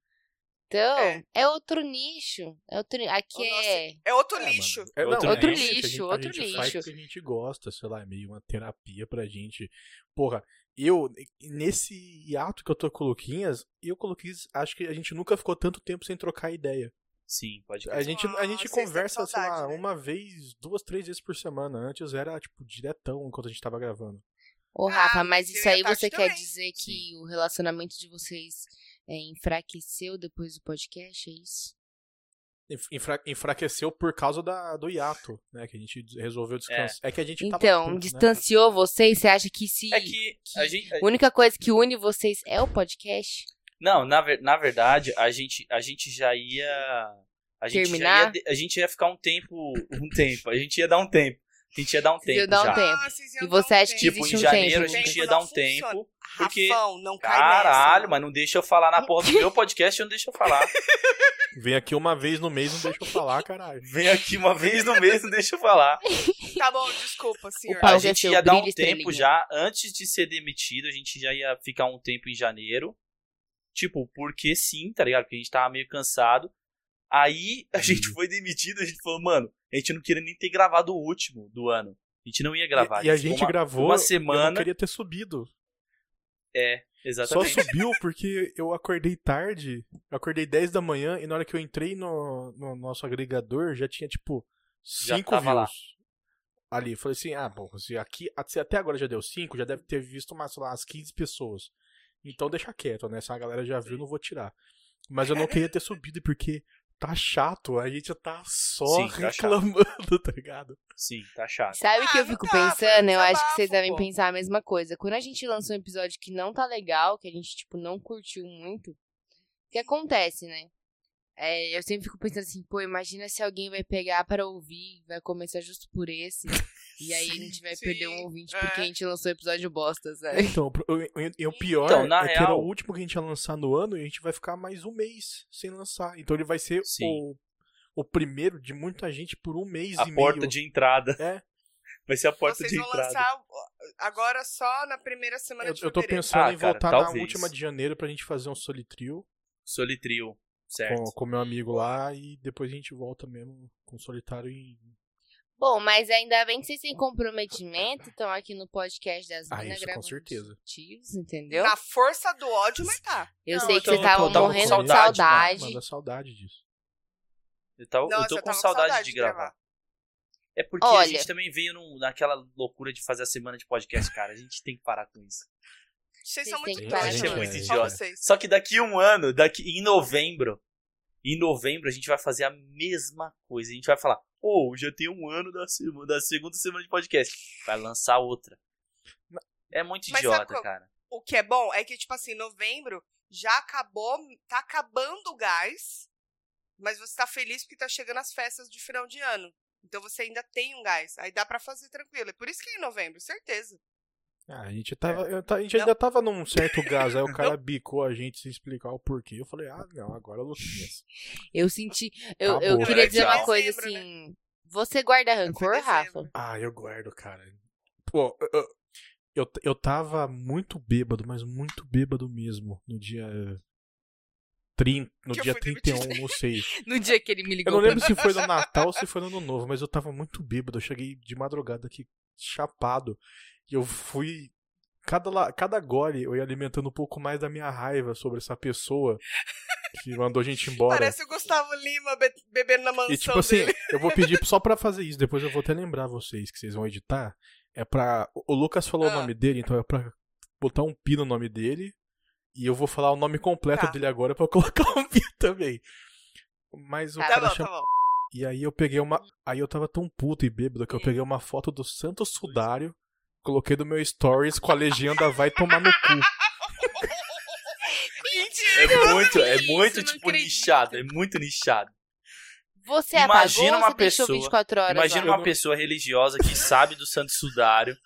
A: Então,
C: É.
A: é, outro nicho. É outro, aqui
C: O nosso-
A: é.
C: É outro
D: É, mano.
C: lixo.
D: É, não,
B: Outro
D: é um
A: lixo,
D: que a gente-
A: outro
D: a gente Faz
A: lixo.
D: porque a gente gosta, sei lá, é meio uma terapia pra gente. Porra, eu, nesse hiato que eu tô com o Luquinhas, eu com o Luquinhas, acho que a gente nunca ficou tanto tempo sem trocar ideia.
B: Sim, pode
D: A gente, a
C: Ah,
D: gente
C: vocês têm
D: conversa, sei lá,
C: saudade, né?
D: uma vez, duas, três vezes por semana. Antes era, tipo, diretão enquanto a gente tava gravando.
A: Ô, Rafa,
C: Ah,
A: mas
C: eu
A: isso
C: ia
A: aí
C: tarde
A: você quer
C: também.
A: dizer que o relacionamento de vocês é, enfraqueceu depois do podcast? É isso?
D: Enf- enfra- enfraqueceu por causa da, do hiato, né? Que a gente des- resolveu descansar. É, que a gente tava
A: Então,
D: puto, né?
A: distanciou vocês? Você acha que se.
B: É que a gente.
A: A única coisa que une vocês é o podcast?
B: Não, na, ver- na verdade, a gente, a gente já ia. A gente Já ia,
A: Terminar?
B: de- a gente ia ficar um tempo. Um tempo. A gente ia dar um tempo. A gente ia dar um
A: Vocês iam
B: tempo
A: dar um
B: já.
A: tempo.
C: vocês iam
A: E
C: dar
A: você
C: um
A: acha que
B: Tipo,
A: existe
B: em
A: um
B: janeiro a
A: tempo,
B: gente
A: né?
B: ia
C: Tempo
B: dar
C: não
B: um tempo. porque-
C: Rafão, não cai
B: Caralho,
C: nessa.
B: mas não deixa eu falar na porra do meu podcast, não deixa eu falar.
D: Vem aqui uma vez no mês, não deixa eu falar, caralho.
B: Vem aqui uma vez no mês, não deixa eu falar.
C: Tá bom, desculpa, senhor.
A: Paulo
B: A
A: Qual que é
B: gente
A: seu
B: ia dar um
A: brilho,
B: tempo
A: estrelinha?
B: já, antes de ser demitido, a gente já ia ficar um tempo em janeiro. Tipo, porque sim, tá ligado? Porque a gente tava meio cansado. Aí a gente
D: Uhum.
B: foi demitido, a gente falou, mano, a gente não queria nem ter gravado o último do ano. A gente não ia gravar.
D: e, e a
B: ficou
D: gente
B: uma-
D: gravou.
B: uma
D: Eu não
B: semana.
D: queria ter subido.
B: É, exatamente.
D: Só subiu porque eu acordei tarde. Eu acordei 10 da manhã e na hora que eu entrei no, no nosso agregador já tinha, tipo,
B: Já
D: 5 views.
B: tava lá.
D: Ali. Eu falei assim: ah, bom, se aqui, se até agora já deu 5, já deve ter visto umas, sei lá, umas 15 pessoas. Então deixa quieto, né? Se a galera já viu, não vou tirar. Mas eu não queria ter subido porque tá chato. A gente tá só
B: Sim, tá chato.
D: reclamando, tá ligado?
B: Sim, tá chato.
A: Sabe o que
C: Ah,
A: eu
C: não
A: fico
C: dá,
A: pensando?
C: foi um
A: Eu acho que vocês
C: desabafo,
A: devem
C: pô.
A: pensar a mesma coisa. Quando a gente lança um episódio que não tá legal, que a gente, tipo, não curtiu muito, o que acontece, né? É, eu sempre fico pensando assim, pô, imagina se alguém vai pegar para ouvir, vai começar justo por esse, e aí a gente vai
C: Sim,
A: perder um ouvinte
C: é.
A: porque a gente lançou um episódio bosta, sabe?
D: Então, o- o- e o pior
B: Então, na
D: é que era
B: real-
D: o último que a gente ia lançar no ano e a gente vai ficar mais um mês sem lançar. Então ele vai ser
B: Sim.
D: o, o primeiro de muita gente por um mês
B: A
D: e
B: porta
D: meio.
B: de entrada.
D: É.
B: Vai ser a porta
C: Vocês
B: de
C: vão
B: entrada.
C: lançar agora só na primeira semana
D: Eu,
C: de
D: eu tô
C: fevereiro.
D: pensando
B: Ah,
D: em
B: cara,
D: voltar na
B: talvez.
D: última de janeiro pra gente fazer um solitrio
B: Solitrio, certo?
D: com, com meu amigo lá e depois a gente volta mesmo com solitário em.
A: Bom, mas ainda bem que vocês têm comprometimento, estão aqui no podcast das
D: Ah,
A: minas
D: isso, com
A: gravando os
D: certeiros.
A: tios, entendeu?
C: Na força do ódio, mas tá.
A: Eu
B: Não,
A: sei
B: eu
A: que
B: tô-
A: vocês estavam
B: eu tava com
A: morrendo de
B: saudade, mano.
A: saudade.
D: Manda saudade disso.
B: Eu, tava, eu
C: Nossa,
B: tô
C: eu
B: com
C: tava
B: saudade, de gravar. É porque a
A: Olha.
B: gente também veio num- naquela loucura de fazer a semana de podcast, cara. A gente tem que parar com isso.
A: Vocês
C: Vocês são muito
A: têm
D: que parar,
C: idiotas.
D: gente, é
C: mano.
D: muito
C: Só
B: idiota.
C: vocês.
B: Só que daqui um ano, daqui em novembro, em novembro a gente vai fazer a mesma coisa. A gente vai falar, pô, já tem um ano da, sema- da segunda semana de podcast. Vai lançar outra. É muito
C: Mas
B: idiota,
C: sabe qual-
B: cara.
C: O que é bom é que, tipo assim, novembro já acabou, tá acabando o gás, mas você tá feliz porque tá chegando as festas de final de ano. Então você ainda tem um gás. Aí dá pra fazer tranquilo. É por isso que é em novembro, certeza.
D: Ah, a gente,
B: É.
D: tava, eu ta- a gente ainda tava num certo gás, aí o cara bicou a gente sem explicar o porquê. Eu falei, ah, não, agora é Luquinhas.
A: Eu senti. Eu,
D: Acabou.
A: eu
D: Não,
A: queria
B: é
A: dizer
B: tchau.
A: uma coisa
C: Dezembro, né?
A: assim. Você guarda rancor,
C: dezembro.
A: Rafa?
D: Ah, eu guardo, cara. Pô, eu- eu, eu, eu tava muito bêbado, mas muito bêbado mesmo no dia 30, no
C: Que eu
D: dia
C: fui
D: 31, não sei.
A: No dia que ele me
D: Eu
A: ligou.
D: não
A: pra
D: lembro se foi no Natal ou se foi no Ano Novo, mas eu tava muito bêbado. Eu cheguei de madrugada aqui, chapado. E eu fui. Cada, la- cada gole eu ia alimentando um pouco mais da minha raiva sobre essa pessoa que mandou a gente embora.
C: Parece o Gustavo Lima be- bebendo na mansão
D: E tipo assim,
C: dele.
D: eu vou pedir só pra fazer isso, depois eu vou até lembrar vocês que vocês vão editar. É pra. O Lucas falou
C: Ah.
D: o nome dele, então é pra botar um pi no nome dele. E eu vou falar o nome completo
C: Tá.
D: dele agora pra eu colocar um pi também. Mas o
A: Tá
C: Tá
D: cara
C: bom, tá
D: chama.
C: bom.
D: E aí eu peguei uma. Aí eu tava tão puto e bêbado que eu peguei uma foto do Santo Sudário, coloquei no meu stories com a legenda vai tomar no cu.
C: Mentira!
B: É muito, é
A: Isso,
B: muito
A: não
B: tipo
A: acredito.
B: nichado, é muito nichado.
A: Você
B: Imagina
A: apagou
B: uma
A: ou você deixou
B: pessoa-
A: 24 horas
B: Imagina
A: lá?
B: uma pessoa religiosa que sabe do Santo Sudário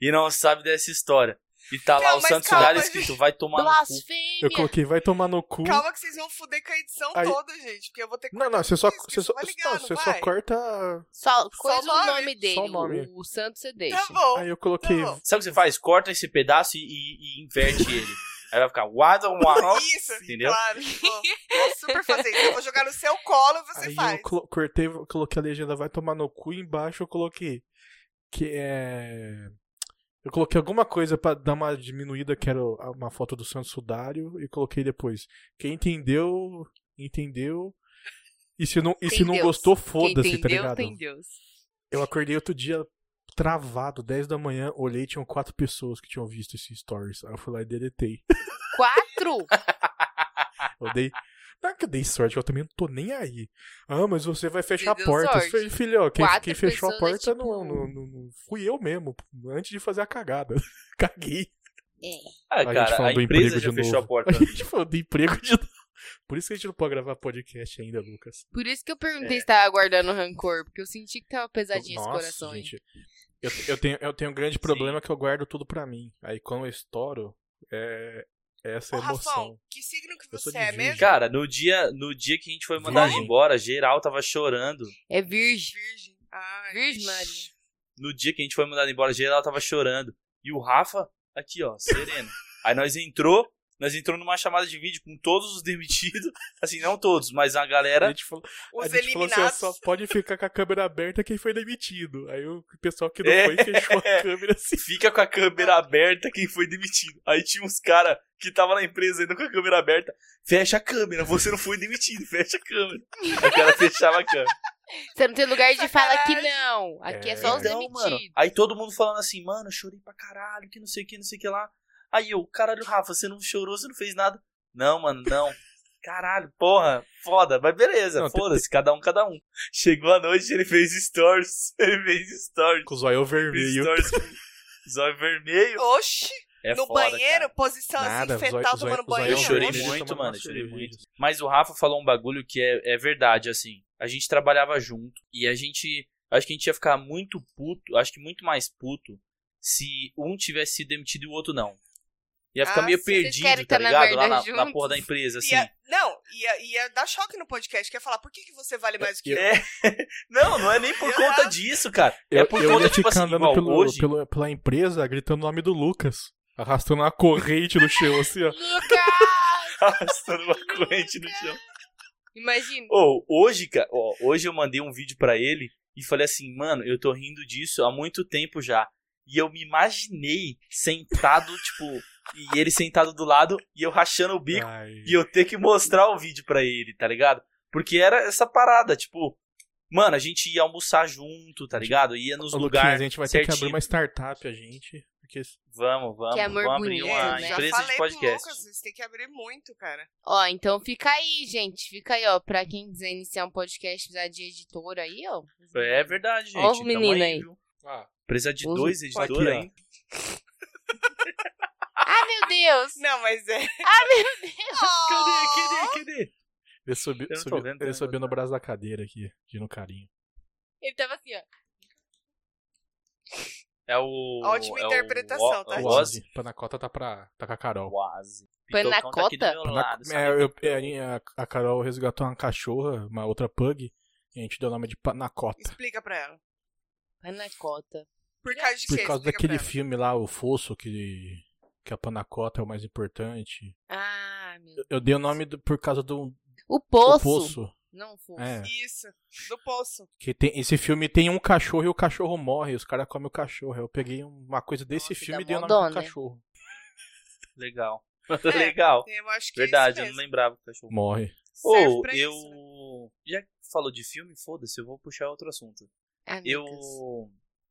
B: e não sabe dessa história. E tá lá
C: Não,
B: o
C: mas
B: Santo
C: calma,
B: Sudário
C: gente.
B: escrito, vai tomar no cu.
A: Blasfêmia!
D: Eu coloquei vai tomar no cu.
C: Calma que vocês vão foder com a edição
D: Aí-
C: toda, gente. Porque eu vou ter que
D: Não, não,
C: cortar
D: você só,
C: tudo isso, que
D: você só,
C: vai ligar,
D: não,
C: não
D: você
C: vai?
D: só corta.
A: Só, coisa
C: o
A: o
C: nome.
A: nome dele,
D: Só o nome.
A: O, o santo você deixa.
C: Tá bom.
D: Aí eu coloquei
C: Não.
B: Sabe o que você faz? Corta esse pedaço e, e- e inverte ele. Aí vai ficar what on what
C: Isso,
B: entendeu?
C: claro. Vou, vou super fazer isso. Eu vou jogar no seu colo e você
D: Aí
C: faz.
D: eu colo- cortei, coloquei a legenda vai tomar no cu e embaixo eu coloquei que é eu coloquei alguma coisa pra dar uma diminuída, que era uma foto do Santo Sudário e coloquei depois. Quem entendeu, entendeu. E se não, e
A: Tem
D: se não
A: Deus.
D: gostou,
A: Quem
D: foda-se, tá
A: entendeu,
D: ligado?
A: tem Deus.
D: Eu acordei outro dia travado, 10 da manhã, olhei, tinham quatro pessoas que tinham visto esses stories. Aí eu fui lá e deletei.
A: Quatro?
D: Eu dei. Não é que eu dei sorte, eu também não tô nem aí. Ah, mas você vai fechar
A: Você
D: a
A: deu
D: porta.
A: sorte.
D: Falei, Filho, ó, quem,
A: Quatro
D: quem fechou a
A: pessoas,
D: porta
A: tipo-
D: não, não, não- não- fui eu mesmo, antes de fazer a cagada. Caguei.
A: É.
B: Ah,
D: gente
B: cara,
D: falando
B: a
D: do
B: empresa
D: emprego
B: já
D: de
B: fechou
D: novo.
B: a porta.
D: A gente falou de emprego de novo. Por isso que a gente não pode gravar podcast ainda, Lucas.
A: Por isso que eu
B: É.
A: perguntei se tava guardando rancor, porque eu senti que tava pesadinho esse
D: Nossa,
A: coração aí.
D: gente. Eu, eu tenho, eu tenho um grande problema que eu guardo tudo pra mim. Aí quando eu estouro, é, é essa
C: Ô,
D: emoção.
C: Rafão, que signo que
D: Eu sou
C: você
D: de
C: é
D: virgem.
C: mesmo?
B: Cara, no dia, no dia que a gente foi mandado
D: Virgem.
B: embora, geral tava chorando.
A: É virgem.
C: Virgem. Ai,
A: Virgem,
C: ixi.
A: Maria.
B: No dia que a gente foi mandado embora, geral tava chorando. E o Rafa, aqui ó, sereno. Aí nós entrou, nós entrou numa chamada de vídeo com todos os demitidos. Assim, não todos, mas a
D: A
B: galera.
D: gente falou, a
C: Os
D: gente falou assim, ó,
C: eliminados.
D: só pode ficar com a câmera aberta quem foi demitido. Aí o pessoal que não
B: É.
D: foi fechou a câmera assim.
B: Fica com a câmera aberta quem foi demitido. Aí tinha uns cara que tava na empresa ainda com a câmera aberta. Fecha a câmera, você não foi demitido, fecha a câmera. Aí o cara fechava a câmera.
A: Você não tem lugar de falar que
C: Sacanagem.
A: não. Aqui é,
D: É.
A: só os
B: Então, mano,
A: demitidos.
B: aí todo mundo falando assim, mano, eu chorei pra caralho, que não sei o que, não sei o que lá. Aí eu, caralho, Rafa, você não chorou, você não fez nada. Não, mano, não. Caralho, porra, foda, mas beleza,
D: Não, tem-
B: foda-se, cada um, cada um. Chegou a noite, ele fez stories, ele fez stories,
D: Com o zóio
B: fez
D: vermelho.
B: stories com zóio vermelho.
C: Oxi,
B: É
C: no
B: foda,
C: banheiro,
B: cara.
C: posição
D: Nada,
C: assim,
D: zóio-
C: fetal
D: zóio-
C: tomando
D: zóio-
B: Eu
C: banheiro.
B: chorei
D: Oxi.
B: muito,
D: Tomar
B: mano, eu chorei
D: cerveja.
B: muito. Mas o Rafa falou um bagulho que é, é verdade, assim. A gente trabalhava junto e a gente. Acho que a gente ia ficar muito puto, acho que muito mais puto, se um tivesse sido demitido e o outro não. Ia ficar
C: Ah,
B: meio
C: sim.
A: Vocês
B: perdido,
A: querem
B: tá
A: tá na
B: ligado? Lá na,
A: merda
B: na
A: juntos?
B: porra da empresa, assim.
C: Ia, não, ia, ia dar choque no podcast, que ia falar, por que, que você vale mais do que eu?
D: Eu-
B: É. Não, não é nem por
C: Eu
B: conta
C: acho-
B: disso, cara. é
D: Eu,
B: por
D: eu
B: conta,
D: ia
B: tipo
D: ficar
B: assim,
D: andando
B: igual
D: pelo,
B: hoje.
D: pelo- pela empresa gritando o nome do Lucas. Arrastando uma corrente no chão, assim, ó.
A: Lucas!
B: Arrastando uma corrente no chão.
A: Imagina.
B: Ô, hoje, cara, ó, hoje eu mandei um vídeo pra ele e falei assim, mano, eu tô rindo disso há muito tempo já. E eu me imaginei sentado, tipo, e ele sentado do lado e eu rachando o bico
D: Ai.
B: e eu ter que mostrar o vídeo pra ele, tá ligado? Porque era essa parada, tipo, mano, a gente ia almoçar junto, tá ligado? Ia nos
D: Ô, Luquinhas,
B: lugares.
D: a gente vai ter que abrir uma startup, a gente. Porque
B: Vamos, vamos,
A: Que amor
B: vamos abrir
A: bonito,
B: uma
A: né?
C: já
B: empresa de
C: falei pro
B: podcast.
C: Lucas, vocês têm que abrir muito, cara.
A: Ó, então fica aí, gente. Fica aí, ó. Pra quem quiser iniciar um podcast, precisar de editor aí, ó.
B: É verdade, gente.
A: Ó os
B: Tamo
A: menino aí.
B: viu? Precisa de
A: Os-
B: dois
D: Aqui, ó.
B: editores, Ah, hein?
A: Ah, meu Deus!
C: Não, mas é...
B: Cadê, cadê, cadê?
D: ele subiu,
B: Eu não tô
D: subiu-
B: vendo,
D: ele
B: tá?
D: subiu no braço da cadeira aqui, de no carinho.
A: Ele tava assim, ó.
B: É o.
C: Ótima
B: é o
C: interpretação,
B: Wa-
C: tá,
B: é
C: gente?
B: O Ozzy.
D: Panacota tá, pra, tá com a Carol.
B: Ozzy.
A: Panacota?
B: Pitocão tá aqui do meu
D: Panac-
B: lado, sabe?
D: é, eu- é, a, a Carol resgatou uma cachorra, uma outra pug, e a gente deu o nome de Panacota.
C: Explica pra ela.
A: Panacota.
C: Por causa de
D: Por
C: quê?
D: causa
C: Explica pra
D: daquele
C: ela.
D: filme lá, O Fosso, que, que a Panacota é o mais importante.
A: Ah, meu mesmo.
D: Eu dei o nome do- por causa do
A: O
D: o
A: poço.
D: Poço.
A: Não, o poço.
D: É.
C: Isso, do poço.
D: Que tem, esse filme tem um cachorro e o cachorro morre, os caras comem o cachorro. Eu peguei uma coisa desse
A: Nossa,
D: filme
A: dá
D: e dei o
A: mó
D: nome
A: dó,
D: do
A: né?
D: cachorro.
B: Legal. Legal.
C: Eu acho que
B: Verdade,
C: é
B: eu
C: isso
B: não
C: mesmo.
B: lembrava que o cachorro.
D: Morre.
C: Serve
B: Ou
C: pra
B: eu.
C: isso, né?
B: Já que falou de filme, foda-se, eu vou puxar outro assunto.
A: Ah, Lucas.
B: Eu.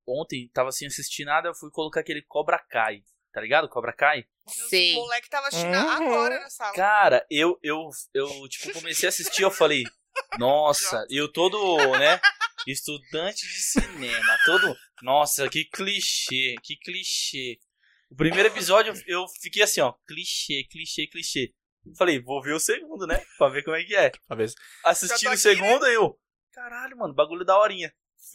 B: Ontem tava sem assistir nada, eu fui colocar aquele Cobra Kai. Tá ligado? Cobra Kai?
A: Sei.
C: O moleque tava assistindo
D: Uhum.
C: agora na sala.
B: Cara, eu, eu, eu tipo, comecei a assistir, eu falei, nossa, eu todo, né, estudante de cinema, todo, nossa, que clichê, que clichê. O primeiro episódio eu fiquei assim, ó, clichê, clichê, clichê. Falei, vou ver o segundo, né, pra ver como é que é.
D: Talvez.
B: Assisti
C: Já
B: o
C: tô aqui,
B: segundo, eu, caralho, mano, bagulho da horinha.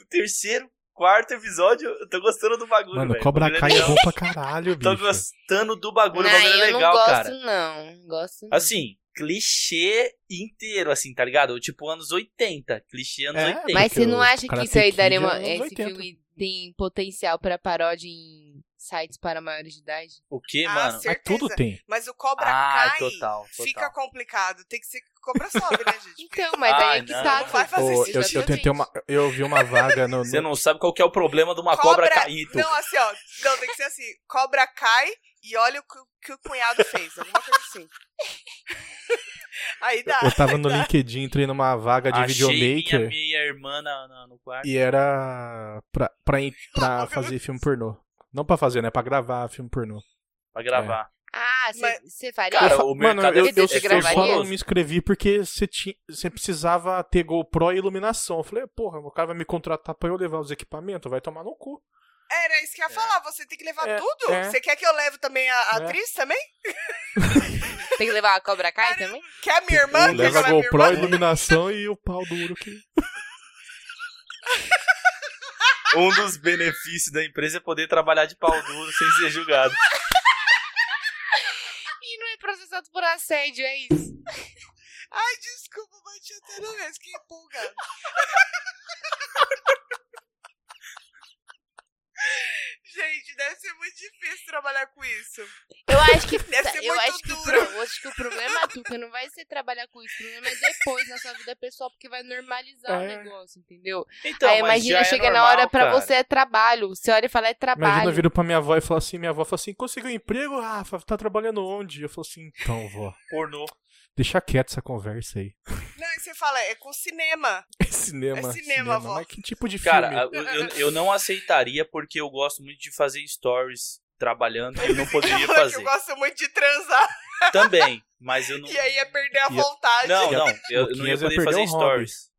B: Terceiro, quarto episódio, eu tô gostando do bagulho,
D: Mano,
B: velho.
D: Cobra
B: Bagulho é
D: Kai é
B: legal.
D: bom pra caralho, bicho.
B: Tô gostando do bagulho, o
A: Não,
B: bagulho é
A: eu
B: legal,
A: não gosto,
B: cara.
A: não. Gosto não.
B: Assim, clichê inteiro, assim, tá ligado? Tipo anos 80, clichê anos
D: É,
B: 80.
A: Mas você não
D: porque o
A: acha que
D: Karate
A: isso aí
D: Kid
A: daria
D: é
A: uma,
D: anos
A: esse
D: 80.
A: filme tem potencial pra paródia em sites para maiores de idade?
B: O que,
C: Ah,
B: mano?
D: Mas
C: certeza.
D: tudo tem.
C: Mas o Cobra
B: Ah,
C: Kai
B: total, total.
C: fica complicado. Tem que ser Cobra sobe, né, gente?
A: Então, mas aí
B: Ah,
A: é que
B: não.
A: tá.
C: Não vai
D: Ô,
C: fazer
D: eu, eu tentei uma, eu vi uma vaga no, no-
B: Você não sabe qual que é o problema de uma cobra, caído.
C: Não, assim, ó. Não, tem que ser assim. Cobra cai e olha o que, o que o cunhado fez. Alguma coisa assim. Aí dá.
D: eu tava no LinkedIn, entrei numa vaga de
B: Achei minha
D: videomaker
B: meia irmã na, na- no quarto.
D: e era pra, pra, in- pra
C: boca
D: fazer filme pornô. Não pra fazer, né? Pra gravar filme pornô.
B: Pra gravar.
A: Ah,
C: Mas-
A: você faria?
B: Cara,
D: Eu fa-
B: o
D: mano,
B: mercado é-
D: eu, eu,
A: Quer dizer,
D: eu
A: você
D: só
A: gravaria
D: não
A: isso?
D: me inscrevi porque você ti- você precisava ter GoPro e iluminação. Eu falei, porra, o cara vai me contratar pra eu levar os equipamentos, vai tomar no cu.
C: Era isso que
B: É.
C: eu ia falar. Você tem que levar
D: É,
C: tudo?
D: é.
C: Você quer que eu leve também a, a
D: É.
C: atriz também?
A: Tem que levar a Cobra Kai também?
C: Quer a minha irmã? Quer
D: Leva
C: que eu leve
D: GoPro,
C: minha irmã?
D: iluminação e o pau duro que.
B: Um dos benefícios da empresa é poder trabalhar de pau duro sem ser julgado.
A: E não é processado por assédio, é isso.
C: Ai, desculpa, bati até no mês. Que empolgado. Gente, deve ser muito difícil trabalhar com isso.
A: Eu acho que.
C: Deve ser
A: eu
C: muito
A: acho que, o
C: duro.
A: pro- eu acho que o problema, Tuca, não vai ser trabalhar com isso. O problema é depois na sua vida pessoal, porque vai normalizar
D: É.
A: o negócio, entendeu?
B: Então,
A: aí
B: mas já
A: imagina,
B: é
A: chega na
B: normal,
A: hora pra
B: cara.
A: você é trabalho. Você olha e fala, é
D: Imagina, eu
A: trabalho.
D: viro pra minha avó e falo assim: minha avó fala assim, conseguiu um emprego, Rafa? Tá trabalhando onde? Eu falo assim, então, vó,
B: Pornô.
D: deixa quieto essa conversa aí.
C: Não, e você fala, é com cinema.
D: É cinema.
C: É cinema, vó.
D: Mas que tipo de filme?
B: Cara, eu, eu, eu não aceitaria porque eu gosto muito de fazer stories trabalhando e eu não poderia
C: Ela que
B: fazer.
C: eu gosto muito de transar.
B: Também, mas eu não.
C: E aí ia perder a
D: Ia-
C: vontade.
B: Não,
D: Ia-
B: não, eu não ia
D: Luquinhas ia
B: poder
D: perder
B: fazer
D: o hobby.
B: stories.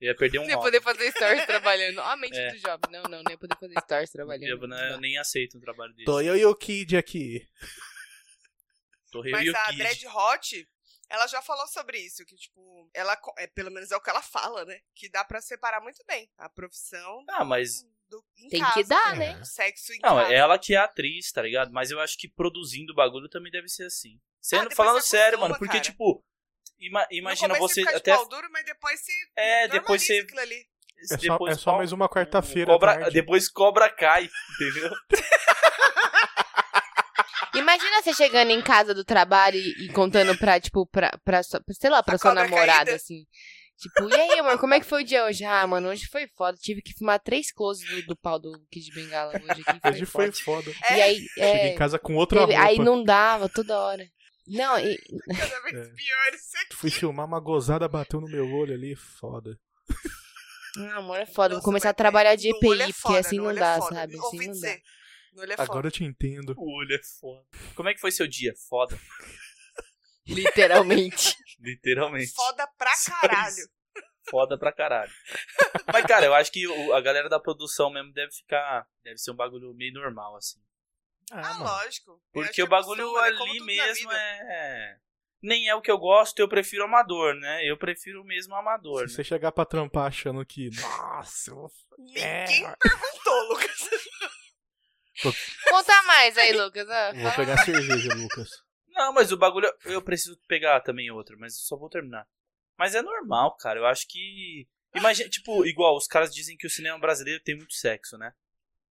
B: Eu ia perder um
A: Não ia
B: hobby.
A: poder fazer stories trabalhando. Ó, a mente
B: É.
A: do jovem. Não, não, não ia poder fazer stories trabalhando.
D: Tipo,
B: Eu, né, eu nem aceito um trabalho desse.
D: Tô eu e o Kid aqui.
B: Torreio e
C: Mas
B: o
C: a
B: Kid.
C: Dread Hot, ela já falou sobre isso. Que, tipo, ela. co- É, pelo menos é o que ela fala, né? Que dá pra separar muito bem a profissão
B: Ah, mas.
C: do em
A: Tem
C: casa,
A: que dar,
D: É.
A: né?
C: O sexo em
B: Não,
C: casa.
B: ela que é atriz, tá ligado? Mas eu acho que produzindo o bagulho também deve ser assim. Sendo,
C: Ah, depois
B: falando
C: você
B: sério,
C: acostuma,
B: mano, porque,
C: cara.
B: tipo. ima-
C: No
B: imagina
C: começo
B: você
C: fica de
B: até.
C: pau duro, mas depois você
B: É, depois
C: normaliza
B: você.
C: aquilo ali.
D: É só,
B: depois
D: é só
B: pau-
D: mais uma quarta-feira. à
B: Cobra,
D: tarde.
B: depois cobra cai, entendeu?
A: Imagina você chegando em casa do trabalho e, e contando pra, tipo, pra, pra sua, pra, sei lá, pra
C: A
A: sua
C: cobra
A: namorada,
C: caída.
A: assim. Tipo, e aí, amor, como é que foi o dia hoje? Ah, mano, hoje foi foda. Tive que filmar três closes do, do pau do Kid Bengala hoje aqui. Foi
D: Hoje foi
A: foda.
D: foda.
C: É,
A: E aí, é,
D: Cheguei em casa com outra
A: teve-
D: roupa.
A: aí não dava toda hora. Não, e,
C: cada vez
D: É.
C: pior. Isso aqui.
D: Fui filmar uma gozada, bateu no meu olho ali, foda.
A: ah, amor, é foda.
C: Nossa,
A: Vou começar a
C: mas
A: trabalhar de
C: no olho é
A: EPI, porque
C: foda,
A: assim
C: no
A: não
C: olho é
A: dá,
C: foda.
A: sabe?
C: Ouvi
A: Assim não dá.
C: dizer. No olho é foda.
D: Agora eu te entendo.
B: O olho é foda. Como é que foi seu dia? Foda.
A: Literalmente.
B: Literalmente.
C: Foda pra
B: Só
C: caralho.
B: isso. Foda pra caralho. Mas, cara, eu acho que o- a galera da produção mesmo deve ficar. Deve ser um bagulho meio normal, assim.
C: Ah, lógico. Eu acho que
B: Porque
C: é
B: o bagulho
C: possível, né? Como
B: ali
C: tudo na
B: mesmo
C: vida.
B: é. Nem é o que eu gosto, eu prefiro amador, né? Eu prefiro mesmo amador,
D: Se
B: né?
D: você chegar pra trampar achando que. Nossa, eu vou- é,
C: Ninguém perguntou, Lucas.
A: Conta mais aí, Lucas. ah,
D: vou
A: fala.
D: pegar cerveja, Lucas.
B: Não, mas o bagulho. Eu preciso pegar também outra, mas eu só vou terminar. Mas é normal, cara. Eu acho que. Imagina, tipo, igual, os caras dizem que o cinema brasileiro tem muito sexo, né?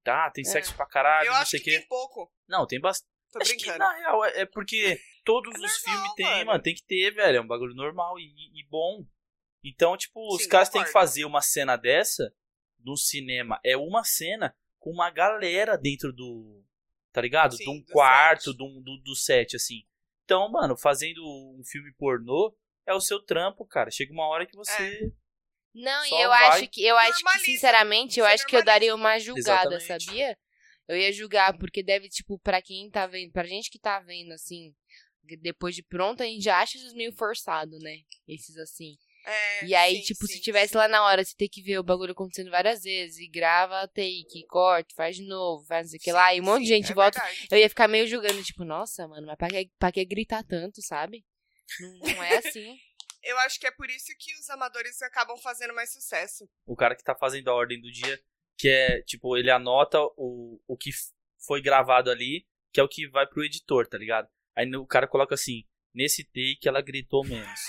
B: Tá, tem
A: É.
B: sexo pra caralho,
C: Eu
B: não
C: acho
B: sei o
C: que
B: quê.
C: tem pouco.
B: Não, tem bastante.
C: Tô
B: Acho que,
C: brincando.
B: na real, é é porque todos
C: É
B: os filmes
C: normal,
B: tem,
C: mano.
B: mano. Tem que ter, velho. É um bagulho normal e, e bom. Então, tipo, os
C: Sim,
B: caras têm
C: concordo.
B: que fazer uma cena dessa no cinema. É uma cena com uma galera dentro do. Tá ligado?
C: Sim,
B: de um
C: do
B: quarto,
C: set.
B: de um, do, do set, assim. Então, mano, fazendo um filme pornô é o seu trampo, cara. Chega uma hora que
C: É.
B: você.
A: Não, e
B: Só
A: eu
B: vai.
A: acho que eu acho que
C: Normaliza.
A: sinceramente, eu
C: Você
A: acho que eu
C: normaliza.
A: daria
C: Uhum.
A: uma julgada,
B: Exatamente.
A: sabia? Eu ia julgar porque deve tipo pra quem tá vendo, pra gente que tá vendo assim, depois de pronto a gente já acha esses meio forçado, né? Esses assim.
C: É,
A: E aí,
C: sim,
A: tipo, se
C: sim,
A: tivesse
C: sim.
A: lá na hora, você tem que ver o bagulho acontecendo várias vezes. E grava take, corta, faz de novo, faz não sei o que lá. E um monte de
C: Sim,
A: gente
C: é
A: volta.
C: verdade.
A: Eu ia ficar meio julgando, tipo, nossa, mano, mas pra que, pra que gritar tanto, sabe? Não, não é assim.
C: Eu acho que é por isso que os amadores acabam fazendo mais sucesso.
B: o cara que tá fazendo a ordem do dia, que é, tipo, ele anota o, o que f- foi gravado ali, que é o que vai pro editor, tá ligado? Aí no- o cara coloca assim, nesse take ela gritou menos.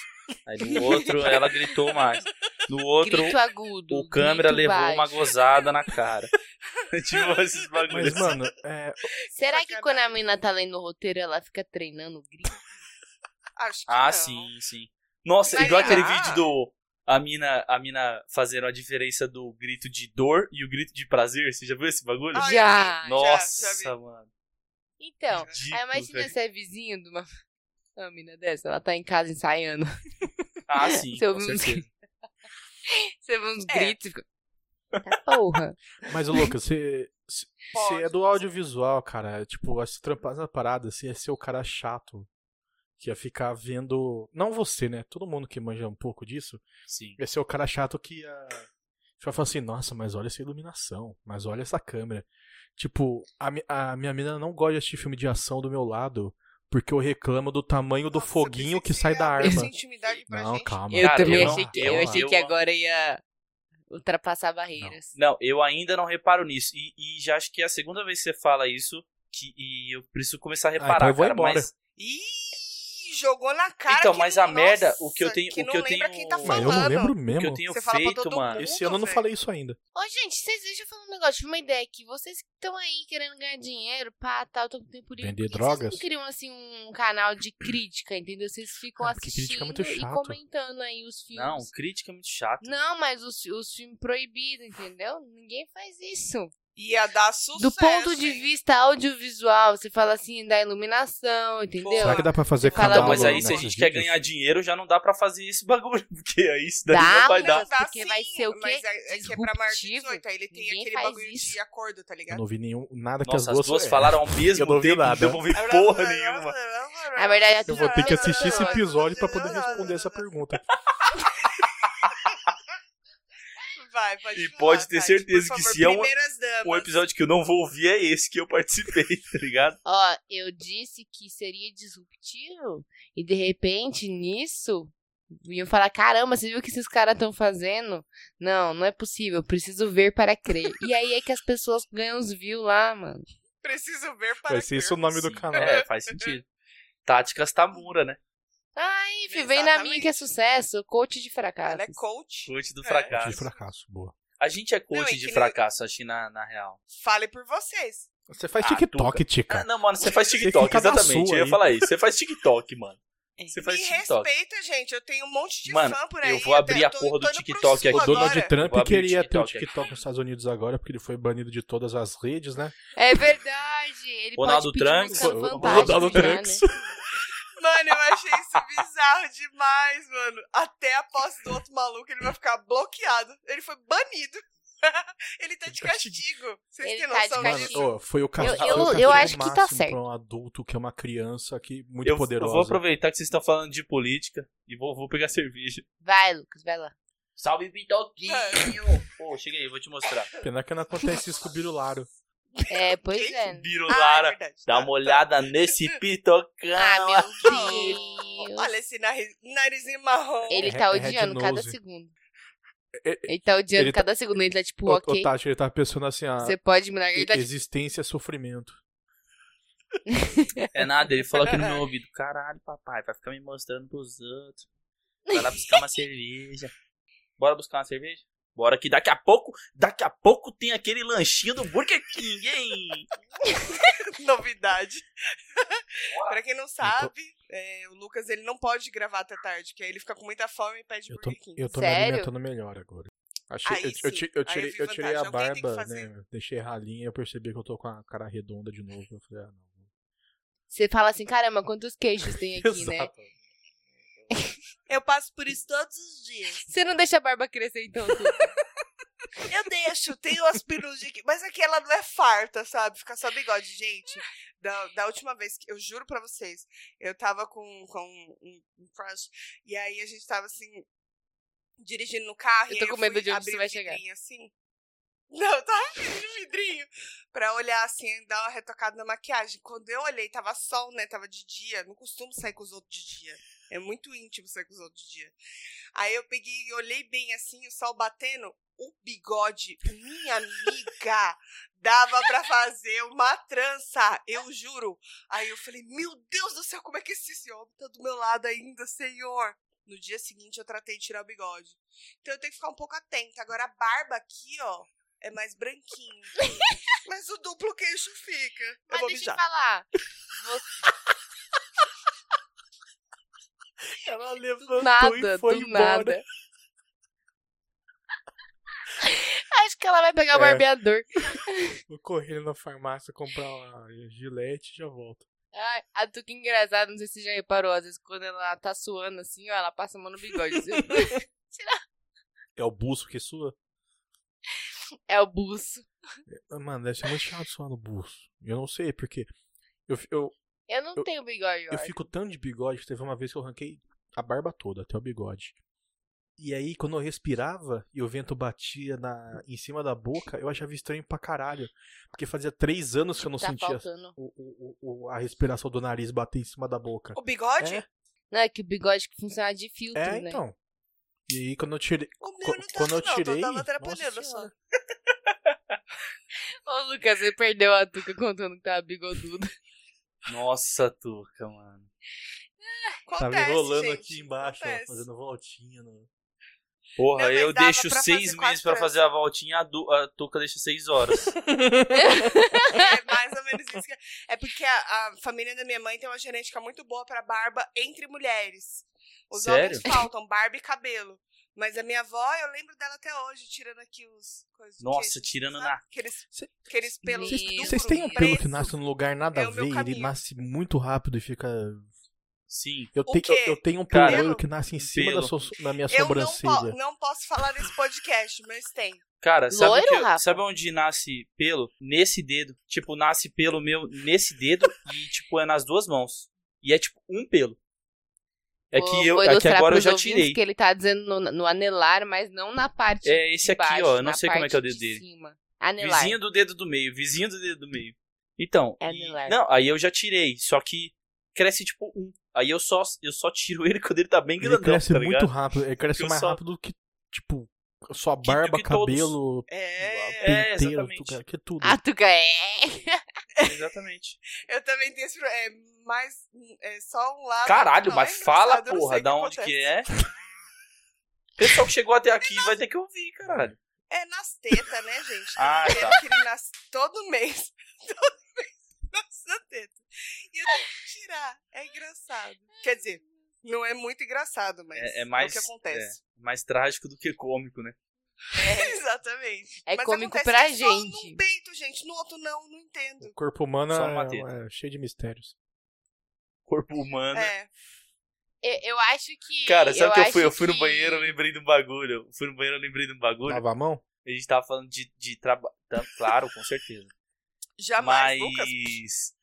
B: Aí no outro ela gritou mais. No outro,
A: grito agudo.
B: o câmera
A: grito
B: levou
A: baixo.
B: uma gozada na cara. tipo, esses bagulhos.
D: Mas, mano, é,
A: Será que
C: Sacanagem.
A: quando a mina tá lendo o roteiro, ela fica treinando o grito?
C: Acho que
B: Ah,
C: assim. não.
B: sim, sim. Nossa,
C: Mas
B: igual aquele
C: ah.
B: vídeo do. A mina, a mina fazendo a diferença do grito de dor e o grito de prazer. Você já viu esse bagulho?
C: Ah, eu
A: Já.
C: vi, já
B: Nossa,
C: vi.
B: mano.
A: Então,
B: Ridículo,
A: aí imagina
B: velho.
A: você é vizinho de uma... uma mina dessa, ela tá em casa ensaiando.
B: Ah, sim,
A: Você
B: com
A: ouviu uns
B: certeza.
A: Você vê uns
C: É.
A: gritos e fica. Tá porra.
D: mas ô, Lucas, você você- você
C: Pode,
D: é do audiovisual, cara. Tipo, essa trampar na parada, assim, é ser o cara chato. Que ia ficar vendo. Não você, né? Todo mundo que manja um pouco disso.
B: Sim.
D: Ia ser o cara chato que ia. Tipo, ia falar assim, nossa, mas olha essa iluminação, mas olha essa câmera. Tipo, a, mi- a minha menina não gosta de assistir filme de ação do meu lado, porque eu reclamo do tamanho do
C: Nossa, pensei
D: foguinho que sai
C: ia
D: da
C: abrir essa
D: arma.
C: um intimidade pra
D: Não,
C: gente.
D: calma.
A: Eu
B: Cara,
A: também
B: eu não-
A: achei, que,
B: eu
A: eu
B: não-
A: achei
B: eu
A: que
B: não-
A: agora ia ultrapassar barreiras.
B: Não, eu ainda não reparo nisso. E, e já acho que é a segunda vez que você fala isso que, e eu preciso começar a reparar,
D: então eu vou
B: cara.
D: embora.
B: Mas,
C: Ih, jogou na cara.
B: Então,
C: que
B: mas
C: não-
B: a merda,
C: nossa,
B: o que eu tenho-
C: Que
B: o que
C: não
B: eu
C: lembra
B: tenho-
C: quem tá
B: Mas
D: Mas
C: falando.
D: eu não lembro
B: o que
D: mesmo.
B: eu tenho
C: Você fala pra
B: feito,
C: todo
B: mano.
C: mundo.
D: Esse ano eu não
C: velho.
D: falei isso ainda.
A: Ô, gente, vocês deixam eu falar um negócio, tive uma ideia aqui. Vocês que estão aí querendo ganhar dinheiro, pá, tal, tô com tempo livre.
D: Vender
A: por que que vocês
D: drogas?
A: não criam, assim, um canal de crítica, entendeu? Vocês ficam
D: Ah, porque
A: assistindo
D: crítica é muito
A: e
D: chato.
A: comentando aí os filmes.
B: Não, crítica é muito chata.
A: Não, mas os, os filmes proibidos, entendeu? Ninguém faz isso.
C: Ia dar sucesso.
A: Do ponto de
C: hein?
A: vista audiovisual, você fala assim da iluminação, entendeu?
D: Será que dá pra fazer
A: Fala,
D: cada
B: Não, mas
A: Não,
B: aí
A: não,
B: se a
A: não.
B: gente quer ganhar dinheiro, já não dá pra fazer esse bagulho. Porque aí isso daí
A: Dá,
B: não vai
A: mas-
B: dar.
A: Não, porque vai ser o quê?
C: Mas é, é que é pra maior de
A: Disruptivo.
C: 18. Aí ele tem
A: Ninguém
C: aquele
A: faz
C: bagulho
A: isso.
C: de acordo, tá
D: Eu
C: ligado?
D: não vi nenhum, nada que as
B: Nossa,
D: duas,
B: as duas
D: é,
B: falaram ao mesmo
D: eu não ouvi
B: tempo,
D: nada.
B: então eu não
C: É
B: ouvi porra nenhuma.
A: Na verdade, é
D: Eu vou ter que assistir esse episódio pra poder responder essa pergunta.
C: Vai, pode
B: E
C: falar,
B: pode ter
C: Tati,
B: certeza
C: por
B: que
C: favor,
B: se é um-
C: primeiras damas.
B: Um episódio que eu não vou ouvir é esse que eu participei, tá ligado?
A: Ó, eu disse que seria disruptivo e de repente nisso iam falar: caramba, você viu o que esses caras estão fazendo? Não, não é possível, preciso ver para crer. e aí é que as pessoas ganham os views lá, mano.
C: Preciso ver para
D: Vai ser isso o
C: ver.
D: nome do
B: Sim,
D: canal.
B: É, faz sentido. Táticas Tamura, né?
A: Ai, fi, vem na minha que é sucesso, coach de fracasso.
C: Ela é coach.
B: Coach do
C: É.
D: De
B: fracasso.
D: fracasso, boa.
B: A gente é coach
C: Não, é que
B: de
C: nem-
B: fracasso, acho que na, na real.
C: Fale por vocês.
D: Você faz
B: Ah,
D: TikTok,
B: Ah,
D: Tica.
B: não, mano, você faz
D: Você
B: TikTok,
D: fica na
B: exatamente.
D: sua
B: Eu ia
D: aí.
B: falar isso. Você faz TikTok, mano. Você faz
C: Me
B: TikTok.
C: respeita, gente. Eu tenho um monte de
B: Mano,
C: fã por
B: eu
C: aí.
B: vou abrir
C: eu
B: a
C: tô-
B: porra do
C: tô indo pro
B: TikTok
C: sul
B: aqui.
D: O Donald
C: agora.
D: Trump
B: Vou abrir o
C: tá
D: queria ter o
B: TikTok aqui.
D: TikTok nos Estados Unidos agora, porque ele foi banido de todas as redes, né?
A: É verdade. Ele
B: Ronaldo
A: pode pedir
B: Trunks.
A: música no
D: Ro-
A: Fantástico
D: Ronaldo
A: já,
D: Trunks.
A: né?
C: Mano, eu achei isso bizarro demais, mano. Até a posse do outro maluco, ele vai ficar bloqueado. Ele foi banido. ele tá de castigo. Vocês
A: Ele
C: têm
A: tá de castigo.
C: noção
D: Mano,
C: disso?
D: ô, foi o caso.
A: Eu-
D: foi
A: eu-
D: o
A: eu
D: castigo
A: acho que tá
D: máximo
A: certo.
D: Pra um adulto que é uma criança que muito
B: Eu, eu
D: poderosa.
B: vou aproveitar que vocês estão falando de política e vou, vou pegar cerveja.
A: Vai, Lucas, vai lá.
B: Salve, Pitoquinho!
C: É.
B: Pô, chega aí, vou te mostrar.
D: Pena que não acontece isso com o Birularo.
A: É, pois
C: Que
A: é.
C: Ah, é
B: Birulara,
C: verdade.
B: dá uma olhada nesse Pitocão.
A: Ah, meu Deus.
C: Olha esse nariz, narizinho marrom.
A: Ele
D: É-
A: tá
D: é
A: odiando cada
D: retinose.
A: segundo.
D: É-
A: Ele tá odiando
D: ele tá-
A: cada segundo. Ele tá tipo,
D: Ô,
A: ok,
D: ô, Tati, ele tava pensando assim, ah,
A: você pode me largar. Ele tá tipo,
D: existência é sofrimento.
B: É nada, ele falou aqui no meu ouvido. Caralho, papai, vai ficar me mostrando pros outros. Vai lá buscar uma cerveja. Bora buscar uma cerveja? Bora que daqui a pouco, daqui a pouco tem aquele lanchinho do Burger King, hein?
C: Novidade. pra quem não sabe, é, o Lucas ele não pode gravar até tarde, que aí ele fica com muita fome e pede um
D: Eu tô,
C: Burger King.
D: eu tô me
A: Tipo Sério?
D: alimentando melhor agora. Achei-
C: Aí
D: eu,
C: sim,
D: eu ti- eu
C: aí eu
D: tirei,
C: vi
D: eu tirei a
C: vantagem, alguém tem que
D: barba,
C: fazer.
D: né? Deixei ralinha e eu percebi que eu tô com a cara redonda de novo. Eu falei, ah, não.
A: Você fala assim, caramba, quantos queixos tem aqui, né?
D: Exato.
C: Eu passo por isso todos os dias.
A: Você não deixa a barba crescer, então. Tuca?
C: Eu deixo, tenho as perujas aqui. Mas aqui ela não é farta, sabe? Fica só bigode. Gente, da, da última vez, que eu juro pra vocês, eu tava com, com um, um crush. E aí a gente tava assim, dirigindo no carro.
A: Eu
C: e
A: tô
C: aí
A: com medo
C: fui
A: de onde
C: abrir
A: você
C: o
A: vai chegar.
C: vidrinho, Assim. Não, eu tava abrindo o vidrinho pra olhar assim, dar uma retocada na maquiagem. Quando eu olhei, tava sol, né? Tava de dia. Não costumo sair com os outros de dia. É muito íntimo sair com os outros de dia. Aí eu peguei e olhei bem assim, o sol batendo, o bigode, minha amiga, dava pra fazer uma trança, eu juro. Aí eu falei, meu Deus do céu, como é que esse, esse homem tá do meu lado ainda, senhor? No dia seguinte eu tratei de tirar o bigode. Então eu tenho que ficar um pouco atenta. Agora a barba aqui, ó, é mais branquinho. Mas o duplo queixo fica. eu
A: Mas
C: vou
A: Ah, deixa
C: mijar.
A: eu falar.
D: Ela levantou
A: Nada,
D: e foi
A: do
D: embora.
A: nada. Acho que ela vai pegar o
D: É.
A: barbeador.
D: Vou correndo na farmácia comprar uma gilete e já volto.
A: Ai, a Tuca engraçada, não sei se você já reparou, às vezes quando ela tá suando assim, ó, ela passa a mão no bigode. assim.
D: É o buço que sua?
A: é o buço.
D: Ah, Mano, deve ser muito chato suar no buço. Eu não sei, porque eu, fi- eu,
A: Eu não
D: Eu-
A: tenho bigode, tá eu
C: é
D: eu
A: acho.
D: fico tanto de bigode que teve uma vez que eu arranquei a barba toda, até o bigode. E aí, quando eu respirava e o vento batia na, em cima da boca, eu achava estranho pra caralho. Porque fazia três anos que eu não
A: tá
D: sentia
A: faltando.
D: o- o- o- o- a respiração do nariz bater em cima da boca.
C: O bigode?
D: É,
A: Não, é que o bigode que funciona de filtro,
D: é
A: né?
D: então. E aí, quando eu tirei.
C: O meu
D: co-
C: não
D: quando eu
C: tava, não,
D: tirei.
C: eu tava
D: nossa
C: atrapalhando só.
D: senhora.
A: Ô, Lucas, você perdeu a Tuca contando que tava bigodudo.
B: Nossa, Tuca, mano.
C: Acontece,
D: tava Tá enrolando
C: gente,
D: aqui embaixo, ó,
C: acontece.
D: fazendo voltinha. No...
B: Porra,
C: Não, mas
B: eu
C: dava
B: deixo
C: pra
B: seis
C: fazer quatro
B: meses pra
C: tranças.
B: fazer a voltinha, a, du- a Tuca deixa seis horas.
C: É mais ou menos isso. que é. É porque a, a família da minha mãe tem uma genética muito boa pra barba entre mulheres. Os homens
B: Sério?
C: faltam barba e cabelo. Mas a minha avó, eu lembro dela até hoje, tirando aqui os coisas. do
B: Nossa,
C: queixo,
B: tirando
C: sabe?
B: na-
C: Aqueles,
D: Cê-
C: aqueles pelos.
A: Cês-
C: duplo,
D: Vocês têm um pelo que
C: preto.
D: nasce num lugar nada
C: É
D: a
C: o meu
D: ver, ele
C: caminho.
D: nasce muito rápido e fica.
B: Sim.
D: Eu,
C: O
D: tenho- eu-
C: quê?
D: eu tenho um pelo
B: Cara,
D: loiro que nasce em cima da,
B: pelo.
D: so- da minha
C: Eu não,
D: sobrancelha.
C: po- não posso falar nesse podcast, mas tem.
B: Cara, sabe,
A: Loiro,
B: o que eu-
A: Rafa?
B: sabe onde nasce pelo? Nesse dedo. Tipo, nasce pelo meu nesse dedo e, tipo, é nas duas mãos. E é, tipo, um pelo. É
A: Vou-
B: que eu,
A: vou
B: é que
A: ilustrar
B: agora eu
A: pros
B: já
A: ouvintes
B: tirei.
A: que ele tá dizendo no, no anelar, mas não na parte
B: É esse
A: de
B: aqui,
A: baixo,
B: ó. Eu não
A: na
B: sei como é que é o
A: parte
B: dedo
A: de
B: dele.
A: cima. Anelar.
B: Vizinho do dedo do meio, vizinho do dedo do meio. Então,
A: É
B: e-
A: anelar.
B: não, aí eu já tirei, só que cresce tipo um. Aí eu só, eu só tiro ele quando ele tá bem
D: Ele
B: grandão,
D: cresce
B: tá
D: muito
B: ligado?
D: rápido, ele cresce
B: Eu
D: mais
B: só-
D: rápido que, tipo, sua
B: que-
D: barba,
B: que todos.
D: cabelo,
C: É.
B: É,
D: penteiro,
B: exatamente.
D: tudo, que tudo.
A: A Ah, Tuca é.
B: Exatamente.
C: Eu também tenho esse. pro- É, mais, é só um lado.
B: Caralho,
C: Não, é
B: mas fala,
C: engraçado, eu não
B: porra,
C: sei o
B: da onde
C: acontece.
B: que é. Pessoal que chegou até aqui vai ter que ouvir, caralho.
C: É nas tetas, né, gente?
B: Ah,
C: Tem um
B: tá.
C: dedo que ele nasce todo mês. Todo mês nasce na teta. E eu tenho que tirar. É engraçado. Quer dizer, não é muito engraçado, mas
B: É- é
C: é,
B: mais-
C: o que acontece.
B: Mais trágico do que cômico, né?
C: Exatamente.
A: É
C: mas
A: cômico
C: acontece
A: pra
C: só
A: gente.
C: num peito, gente. No outro, não. Não entendo.
D: O corpo humano
B: Só uma
D: é-
B: teta.
D: é, cheio de mistérios.
B: Corpo humano.
C: É.
A: Eu, eu acho que.
B: Cara, sabe o que eu fui?
A: acho
B: Eu fui no banheiro, eu lembrei de um bagulho. Eu fui no banheiro, eu lembrei de um bagulho.
C: Tá.
D: Lava a mão?
B: A gente tava falando de, de trabalho. Claro, com certeza.
C: Jamais,
B: Mas
C: Lucas.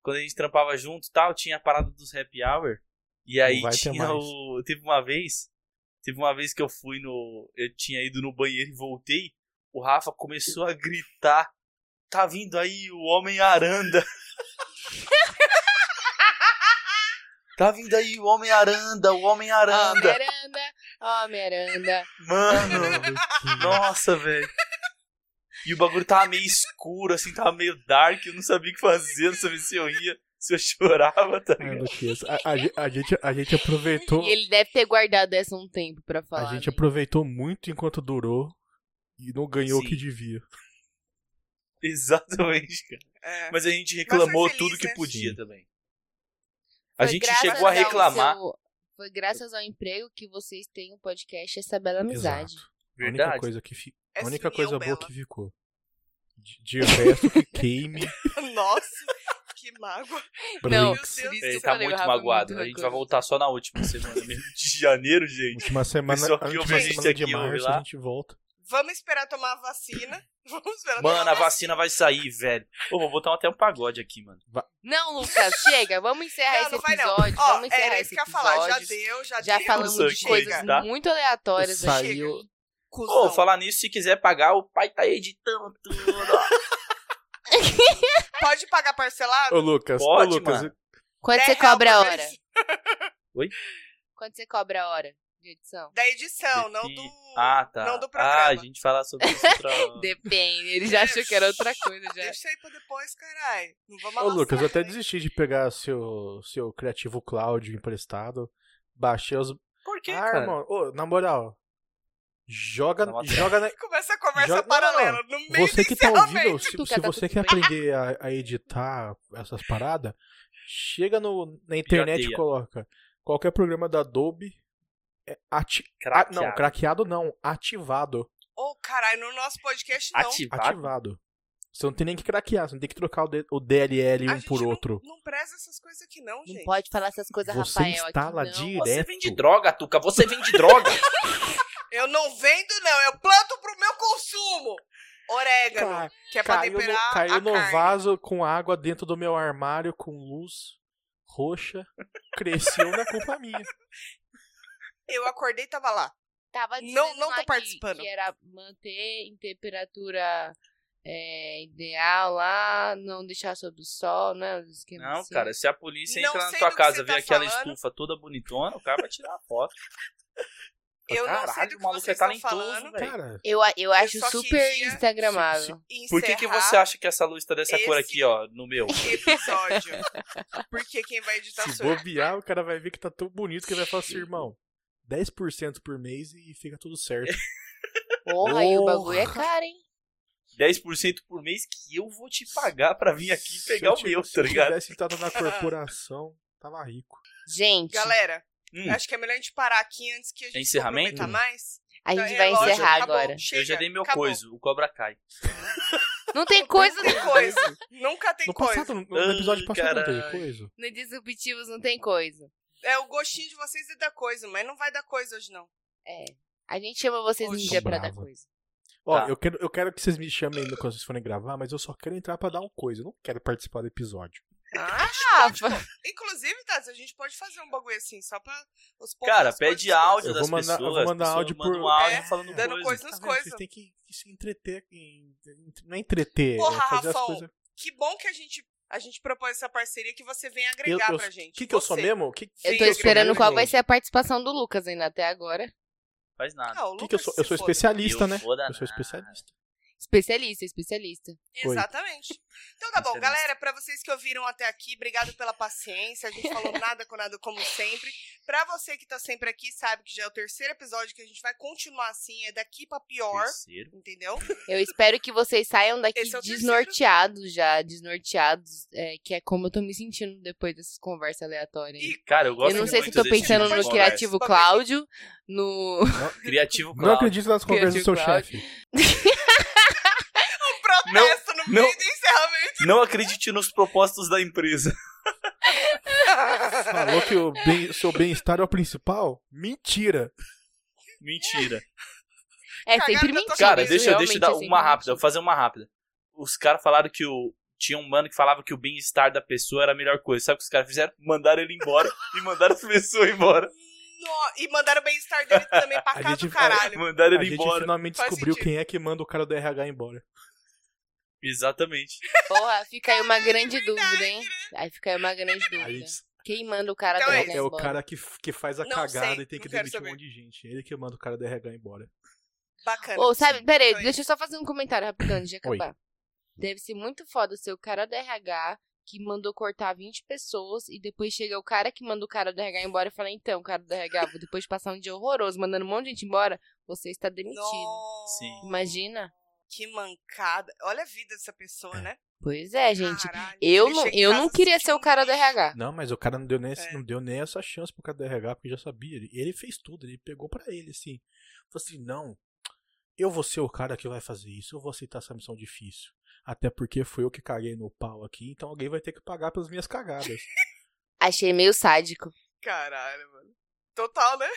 B: quando a gente trampava junto e tal, tinha a parada dos happy hour. E aí
D: vai ter
B: tinha
D: mais.
B: o. Teve uma vez. Teve uma vez que eu fui no. Eu tinha ido no banheiro e voltei. O Rafa começou a gritar. Tá vindo aí o Homem Aranda. tá vindo aí o Homem Aranda, o Homem Aranda.
A: Homem-Aranda, Homem-Aranda.
D: Ah,
B: Mano. Nossa, velho. E o bagulho tava meio escuro, assim, tava meio dark, eu não sabia o que fazer, não sabia se eu ria, Se eu chorava, tá
D: É,
B: ligado?
D: Luquinhas, a, a ge- a gente, a gente aproveitou.
A: E ele deve ter guardado essa um tempo pra
D: Hum. A
A: falar.
D: gente é
A: né?
D: aproveitou muito enquanto durou e não ganhou o que
B: Sim.
D: devia.
B: Exatamente, cara.
C: É.
B: Mas a gente reclamou
C: Mas foi feliz,
B: tudo que
C: né?
B: podia
D: Sim.
B: também. A
A: Foi
B: gente
A: graças
B: chegou a
A: ao
B: reclamar.
A: seu- Foi graças ao emprego que vocês têm o podcast Essa Bela Amizade.
D: Exato. A única
B: Verdade.
D: coisa, que fi- a
C: Essa
D: única
C: união
D: coisa boa
C: bela.
D: que ficou. De, de resto, que queime.
C: Nossa, que mágoa.
A: Não,
C: Meu
D: Brinks.
C: Deus
A: Isso que
B: Ele
A: eu
B: tá
A: falei, o
B: muito
A: Rafa é
B: magoado.
A: muito
B: a gente vai
A: rancoroso.
B: voltar só na última semana mesmo de janeiro, gente.
D: Última semana,
B: Pessoal que
D: a
B: ouve
D: última
B: a gente
D: semana de
B: aqui, ouve
D: março,
B: lá.
D: a gente volta.
C: Vamos esperar tomar a vacina. Vamos esperar
B: Mano,
C: tomar
B: a
A: assim.
B: vacina vai sair, velho. Ô, vou botar até um pagode aqui, mano.
A: Não, Lucas, chega. Vamos encerrar
C: Não,
A: É, esse
C: não vai não.
A: episódio.
C: Ó,
A: vamos encerrar
C: era isso
A: esse
C: que eu ia falar. Já
A: episódio.
C: deu, já,
A: Já
C: deu.
A: falamos
B: Nossa,
A: de
B: que
A: coisas
B: legal.
A: muito aleatórias. aqui.
D: Saiu.
B: Ô,
C: Cusão.
B: falar nisso, se quiser pagar, o pai tá editando tudo. ó.
C: Pode pagar parcelado?
D: Ô, Lucas,
B: Pode,
D: ô, Lucas.
B: mano.
A: Quanto você
C: Dez É real
A: cobra a
C: por
A: hora?
C: vez.
A: Quanto você cobra a hora de edição?
C: Da edição, não
B: E-
C: do.
B: Ah, tá.
C: Não do
B: Ah,
C: programa.
B: a gente falar sobre isso outra hora.
A: Depende, ele já achou que era outra coisa já.
C: Deixa aí pra depois, caralho. Não vamos
D: Ô,
C: amassar,
D: Lucas, eu até
C: né?
D: desisti de pegar seu, seu criativo Cláudio emprestado. Baixei os.
B: Por que,
D: ah,
B: cara?
D: irmão, ô, na moral. Joga,
B: Dá uma
D: joga na,
C: Começa a conversa
D: Já- não,
C: paralela no meio
D: Você
C: do
D: que tá ouvindo,
C: encerramento.
D: se,
A: Tu
D: se
A: quer tá
D: você
A: tudo
D: quer
A: bem.
D: aprender a, a editar essas paradas, chega no, na internet e
B: Pirateia.
D: coloca qualquer programa da Adobe. é ati- ah,
B: Craqueado.
D: não, craqueado não, ativado.
C: Ô, caralho, no nosso podcast não.
B: Ativado?
D: Ativado. Você não tem nem que craquear, você não tem que trocar o, D- o DLL
C: A
D: um
C: gente
D: por
C: não-
D: outro.
C: Não preza essas coisas aqui, não,
A: Não
C: gente.
A: pode falar essas coisas,
D: Você
A: Rafael.
D: instala
A: aqui, não.
B: Você
D: direto.
B: vende droga, Tuca. Você vende droga.
C: Eu não vendo, não. Eu planto pro meu consumo. Orégano,
D: Ca-
C: que é pra
D: caiu no,
C: temperar
D: caiu
C: a
D: no
C: carne.
D: vaso com água dentro do meu armário com luz roxa. Cresceu na culpa minha.
C: Eu acordei e tava lá.
A: Tava
C: Não-
A: dizendo
C: não tô
A: lá que-
C: participando.
A: Que era manter em temperatura é, ideal lá, não deixar sob o sol, né? os esquemas
B: Não,
A: assim.
B: cara, se a polícia
C: Não
B: entrar na
C: sei
B: tua
C: do que
B: casa
C: você
B: e ver
C: tá
B: aquela
C: falando.
B: estufa toda bonitona, o cara vai tirar a foto.
C: Eu
B: Caralho,
C: não sei do
B: o
C: que
B: maluco
C: vocês
B: é
D: tá
C: estão
B: talentoso,
C: falando.
B: velho.
D: Cara,
A: Eu, a- eu acho
C: só
A: super
C: queria-
A: instagramável.
C: Encerrar
B: Por que, que você acha que essa luz tá dessa cor
C: esse-
B: aqui, ó, no meu?
C: episódio? Porque quem vai editar
D: Se
C: sou eu.
D: bobear, o cara vai ver que tá tão bonito que ele vai falar assim, irmão, 10% por mês e fica tudo certo.
A: Porra, e o bagulho é caro, hein?
B: 10% por mês que eu vou te pagar pra vir aqui
D: Se
B: pegar
D: eu
B: o meu,
D: tivesse-
B: tá ligado?
D: Se eu tivesse entrado na corporação, tava rico.
A: Gente,
C: Galera,
B: Hum,
C: acho que é melhor a gente parar aqui antes que a gente se
B: Encerramento?
C: comprometa mais.
A: a
C: Então,
A: gente vai
C: relógio,
A: encerrar
C: acabou,
A: agora.
B: eu já
C: chega,
B: dei meu
C: acabou.
B: coiso, o cobra cai.
A: Não tem coisa
C: Não tem coisa. Nunca tem
D: No
C: coisa.
D: passado, no no episódio
B: Ai,
D: passado não teve
B: caralho.
D: coisa.
A: no Disruptivos, não tem coisa.
C: É, o gostinho de vocês é da coisa, mas não vai dar coisa hoje, não.
A: É. A gente chama vocês um
C: Poxa.
A: dia pra dar
D: Brava.
A: coisa.
D: Ó,
B: Tá.
D: eu, quero, eu quero que vocês me chamem ainda quando vocês forem gravar, mas eu só quero entrar pra dar um coisa. Eu não quero participar do episódio.
C: Ah,
A: Rafa,
C: Inclusive, Tati, a gente pode fazer um bagulho assim, só pra os povos-
B: Cara,
C: as
B: pede
C: coisas-
B: áudio
D: Eu
B: das
D: vou mandar- eu
B: pessoas.
D: vou
B: as
D: mandar
B: pessoas
D: áudio por-
B: mandam um áudio
C: É,
B: falando
C: dando
B: coisa.
C: coisa nas
D: Tá vendo?
C: coisas.
D: Vocês têm que se entreter. em- em- Não é entreter,
C: Porra,
D: é fazer as
C: Rafão,
D: coisas.
C: Que bom que a gente, a gente propôs essa parceria que você vem
D: Eu-
C: agregar
D: eu-
C: pra gente.
D: que, que eu sou
C: Você.
D: mesmo? Que,
A: eu
C: Sim,
A: tô
C: eu
A: esperando
D: sou
A: qual vai
D: mesmo?
A: ser a participação do Lucas ainda até agora.
B: Faz nada.
C: Ah, o
D: O que,
C: Lucas
D: que eu sou? Eu
C: se
D: sou
C: foda.
D: especialista,
B: Eu
D: né?
B: vou dar
D: Eu sou
B: nada.
D: especialista.
A: Especialista, especialista.
D: Oi.
C: Exatamente. Então tá bom,
B: Excelente.
C: galera, pra vocês que ouviram até aqui, obrigado pela paciência. A gente falou nada com nada como sempre. Pra você que tá sempre aqui, sabe que já é o terceiro episódio que a gente vai continuar assim, é daqui pra pior,
B: Terceiro.
C: entendeu?
A: Eu espero que vocês saiam daqui
C: Esse é o terceiro.
A: desnorteados já, desnorteados, é, que é como eu tô me sentindo depois dessas conversas aleatórias. aí.
C: E
B: Cara, eu gosto
A: Eu não sei se
B: muito
A: eu tô
B: desse tipo
A: pensando
B: de
A: no
B: conversa.
A: Criativo Cláudio, no.
B: Criativo
D: Não
B: Cláudio.
D: acredito nas conversas do seu
A: Criativo
D: chefe.
C: um protesto no
B: não.
C: meio do encerramento.
B: Não acredite nos propósitos da empresa.
D: Falou que o bem- seu bem-estar é o principal? Mentira!
B: Mentira.
A: É
C: Cagada
A: sempre
C: da tua
A: mentira.
B: Cara,
A: isso
B: deixa, deixa
A: realmente
B: eu
A: é
B: dar
A: sempre
B: uma rápida, vou
A: mentira.
B: fazer uma rápida. Os caras falaram que o. Tinha um mano que falava que o bem-estar da pessoa era a melhor coisa. Sabe o que os caras fizeram? Mandaram ele embora e mandaram as pessoas embora.
C: No- e mandaram o bem-estar dele também pra
D: A
C: cá
D: gente
C: do
D: vai-
C: caralho.
B: Mandaram
D: a
B: ele
D: gente
B: embora.
D: finalmente
C: Faz
D: descobriu
C: sentido.
D: quem é que manda o cara do RH embora.
B: Exatamente.
A: Porra, fica aí uma grande dúvida, hein? Aí fica aí uma grande
D: Aí,
A: dúvida. Quem manda o cara
C: Então
A: do
C: é
A: RH
D: é, é o
A: embora?
D: cara que, que faz a
C: Não
D: cagada
C: sei,
D: e tem que
C: não quero
D: demitir um
C: saber.
D: monte de gente. Ele que manda o cara do RH embora.
C: Bacana.
A: Ou, sabe, peraí,
C: Então é
A: deixa eu só fazer um comentário rapidão antes de
D: Oi.
A: acabar. Deve ser muito foda ser o cara do RH que mandou cortar 20 pessoas e depois chega o cara que manda o cara do RH embora e fala: Então, cara do RH, vou depois de passar um dia horroroso mandando um monte de gente embora, você está demitido.
C: Nossa,
B: Sim.
A: Imagina?
C: Que mancada. Olha a vida dessa pessoa,
D: É.
C: né?
A: Pois é, gente.
C: Caralho,
A: Eu
C: ele
A: não,
C: chega em
A: eu
C: casa um
A: não
C: se
A: queria
C: sentindo
A: ser o cara do
C: lixo.
A: RH.
D: Não, mas o cara não deu nem,
C: É.
D: não deu nem essa chance pro cara do RH, porque já sabia. Ele, ele fez tudo, ele pegou pra ele, assim. Falou assim, não, eu vou ser o cara que vai fazer isso, eu vou aceitar essa missão difícil. Até porque fui eu que caguei no pau aqui, então alguém vai ter que pagar pelas minhas cagadas.
A: Achei meio sádico.
C: Caralho, mano. Total, né?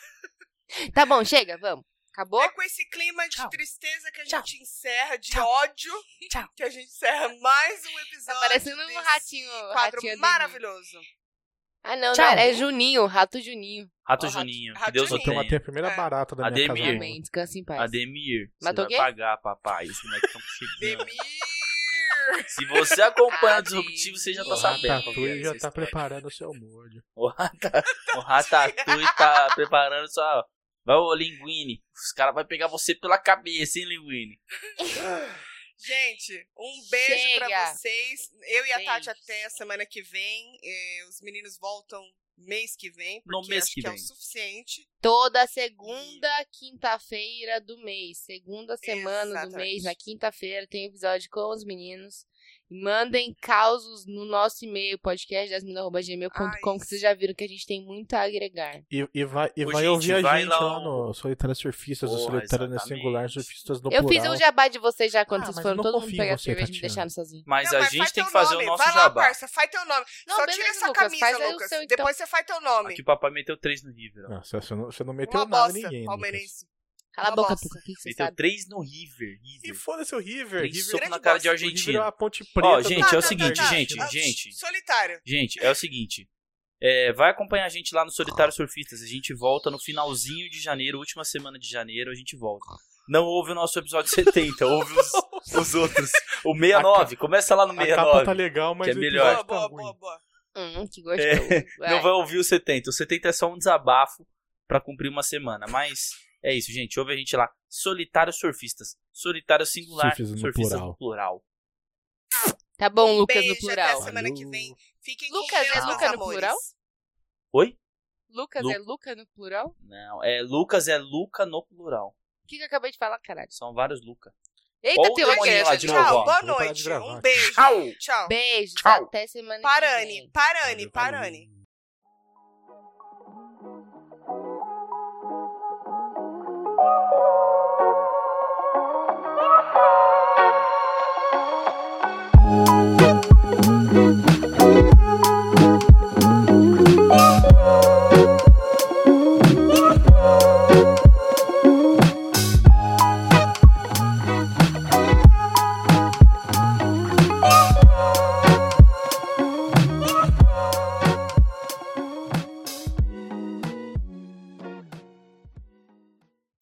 A: Tá bom, chega, vamos. Acabou? Tá
C: É com esse clima de
B: Tchau.
C: tristeza que a
B: Tchau.
C: gente encerra, de
B: Tchau.
C: ódio,
B: Tchau.
C: que a gente encerra mais um
A: Tá
C: episódio.
A: parecendo um
C: desse
A: ratinho.
C: Quadro
A: ratinho Ademir.
C: maravilhoso.
A: Ah, não,
B: Tchau.
A: não, é Juninho, rato Juninho.
B: Rato
A: Ó, Rato-
B: Juninho, que
C: Rato
B: Deus o
C: Juninho.
D: Então
B: tenha.
D: matei a primeira
C: É.
D: barata da minha
B: Ademir.
D: casa.
A: Amém, descansa em paz.
B: Ademir, você
A: Matou
B: vai
A: quem?
B: pagar, papai. Esse moleque tá chegando.
C: Demir!
B: Se você acompanha o
A: Ademir.
B: disruptivo, você já
D: O
B: tá sabendo. qual que é
D: Ratatouille já
B: essa
D: tá
B: história.
D: preparando o seu molho.
B: O, rata, o Ratatouille tá preparando só. Vai, ô Linguine. Os caras vão pegar você pela cabeça, hein, Linguine?
C: Gente, um beijo pra
A: Chega.
C: vocês. Eu e a Tati
A: Beijos.
C: até semana que vem. Eh, os meninos voltam mês que vem, porque
B: No mês
C: acho
B: que
C: que é o
B: vem.
C: suficiente.
A: Toda segunda quinta-feira do mês. Segunda semana do mês,
C: Exatamente.
A: na quinta-feira, tem episódio com os meninos. Mandem causos no nosso e-mail, podcastdasmina.gmail.com,
C: Ai,
A: que vocês já viram que a gente tem muito a agregar.
D: E, e vai, e
B: Ô,
D: vai
B: gente,
D: ouvir a
B: vai
D: gente
B: lá
D: lá,
B: o-
D: no Solitário Surfistas, no
B: Porra,
D: Solitário no
B: exatamente.
D: Singular, Surfistas no
A: Eu
D: Plural.
A: fiz um jabá de vocês já quando
D: Ah,
A: vocês
D: mas eu
A: foram
D: não
A: todo
D: confio
A: mundo
D: em
A: pegar
D: você,
A: cerveja e me
D: Tatiana.
A: deixaram sozinho.
B: Mas
C: Não,
B: a
C: mas
B: gente
C: faz
B: tem
C: teu
B: que fazer
C: nome.
B: o nosso
C: Vai lá,
B: jabá.
C: parça, faz teu nome.
A: Não,
C: Só
A: beleza,
C: tira essa
A: Lucas,
C: camisa,
A: faz aí o
C: Lucas.
A: seu, então.
C: Depois você faz teu nome.
B: Aqui o papai meteu três no River. ó.
D: Não, Ah, você, você não, você não meteu
C: Uma
D: nada em
C: bosta,
D: ninguém. Lucas.
C: palmeirense.
A: Cala a
C: Uma
A: boca,
C: bosta.
A: Puca, o que que
D: Então,
A: você
B: Meteu
A: sabe?
B: três no River.
D: E
B: River.
D: foda-se o River.
B: Três
D: River
B: soco
C: grande
B: na cara de
D: O River é
B: argentino.
D: uma ponte preta.
B: Ó,
D: do
B: gente, é o
D: Brasil.
B: seguinte,
C: tá.
B: gente,
C: Ah,
B: gente.
C: Solitário.
B: Gente, é o seguinte. é, vai acompanhar a gente lá no Solitário Surfistas. A gente volta no finalzinho de janeiro, última semana de janeiro, a gente volta. Não ouve o nosso episódio 70, ouve os, os outros. O 69, começa lá no
D: A capa
B: 69.
D: tá legal, mas
B: que é
D: o
B: melhor.
C: Boa,
D: episódio
C: boa,
D: tá
C: boa,
D: ruim.
C: boa.
A: Hum, que gostoso.
D: é,
A: Vai.
B: Não vai ouvir o 70. O 70 é só um desabafo pra cumprir uma semana. Mas é isso, gente. Ouve a gente lá. Solitário Surfistas. Solitário Singular.
D: Surfistas no
B: surfistas
D: plural.
B: no plural.
A: Tá bom, Lucas,
C: Um Beijo,
A: no
C: até
A: plural.
C: semana que
D: Falou.
C: vem. Fiquem
A: Lucas,
C: com
A: é
C: Deus, meus
A: Luca no
C: amores.
A: plural?
B: Oi?
A: Lucas,
B: Lu-
A: é Luca no plural?
B: Não, é Lucas é Luca no plural.
A: O que que eu acabei de falar, caralho?
B: São vários Luca.
A: Eita,
B: Ou o
A: tem uma
B: demoninho lá
A: igreja.
B: de
A: Tchau.
B: novo, ó.
C: Tchau, boa
D: Vou parar de
C: noite.
D: gravar
C: Um
D: aqui.
C: beijo.
B: Tchau!
C: Tchau.
A: Beijos,
B: Tchau.
A: até semana que vem.
C: Parane, parane,
D: Valeu,
C: parane.
D: falou.
E: Thank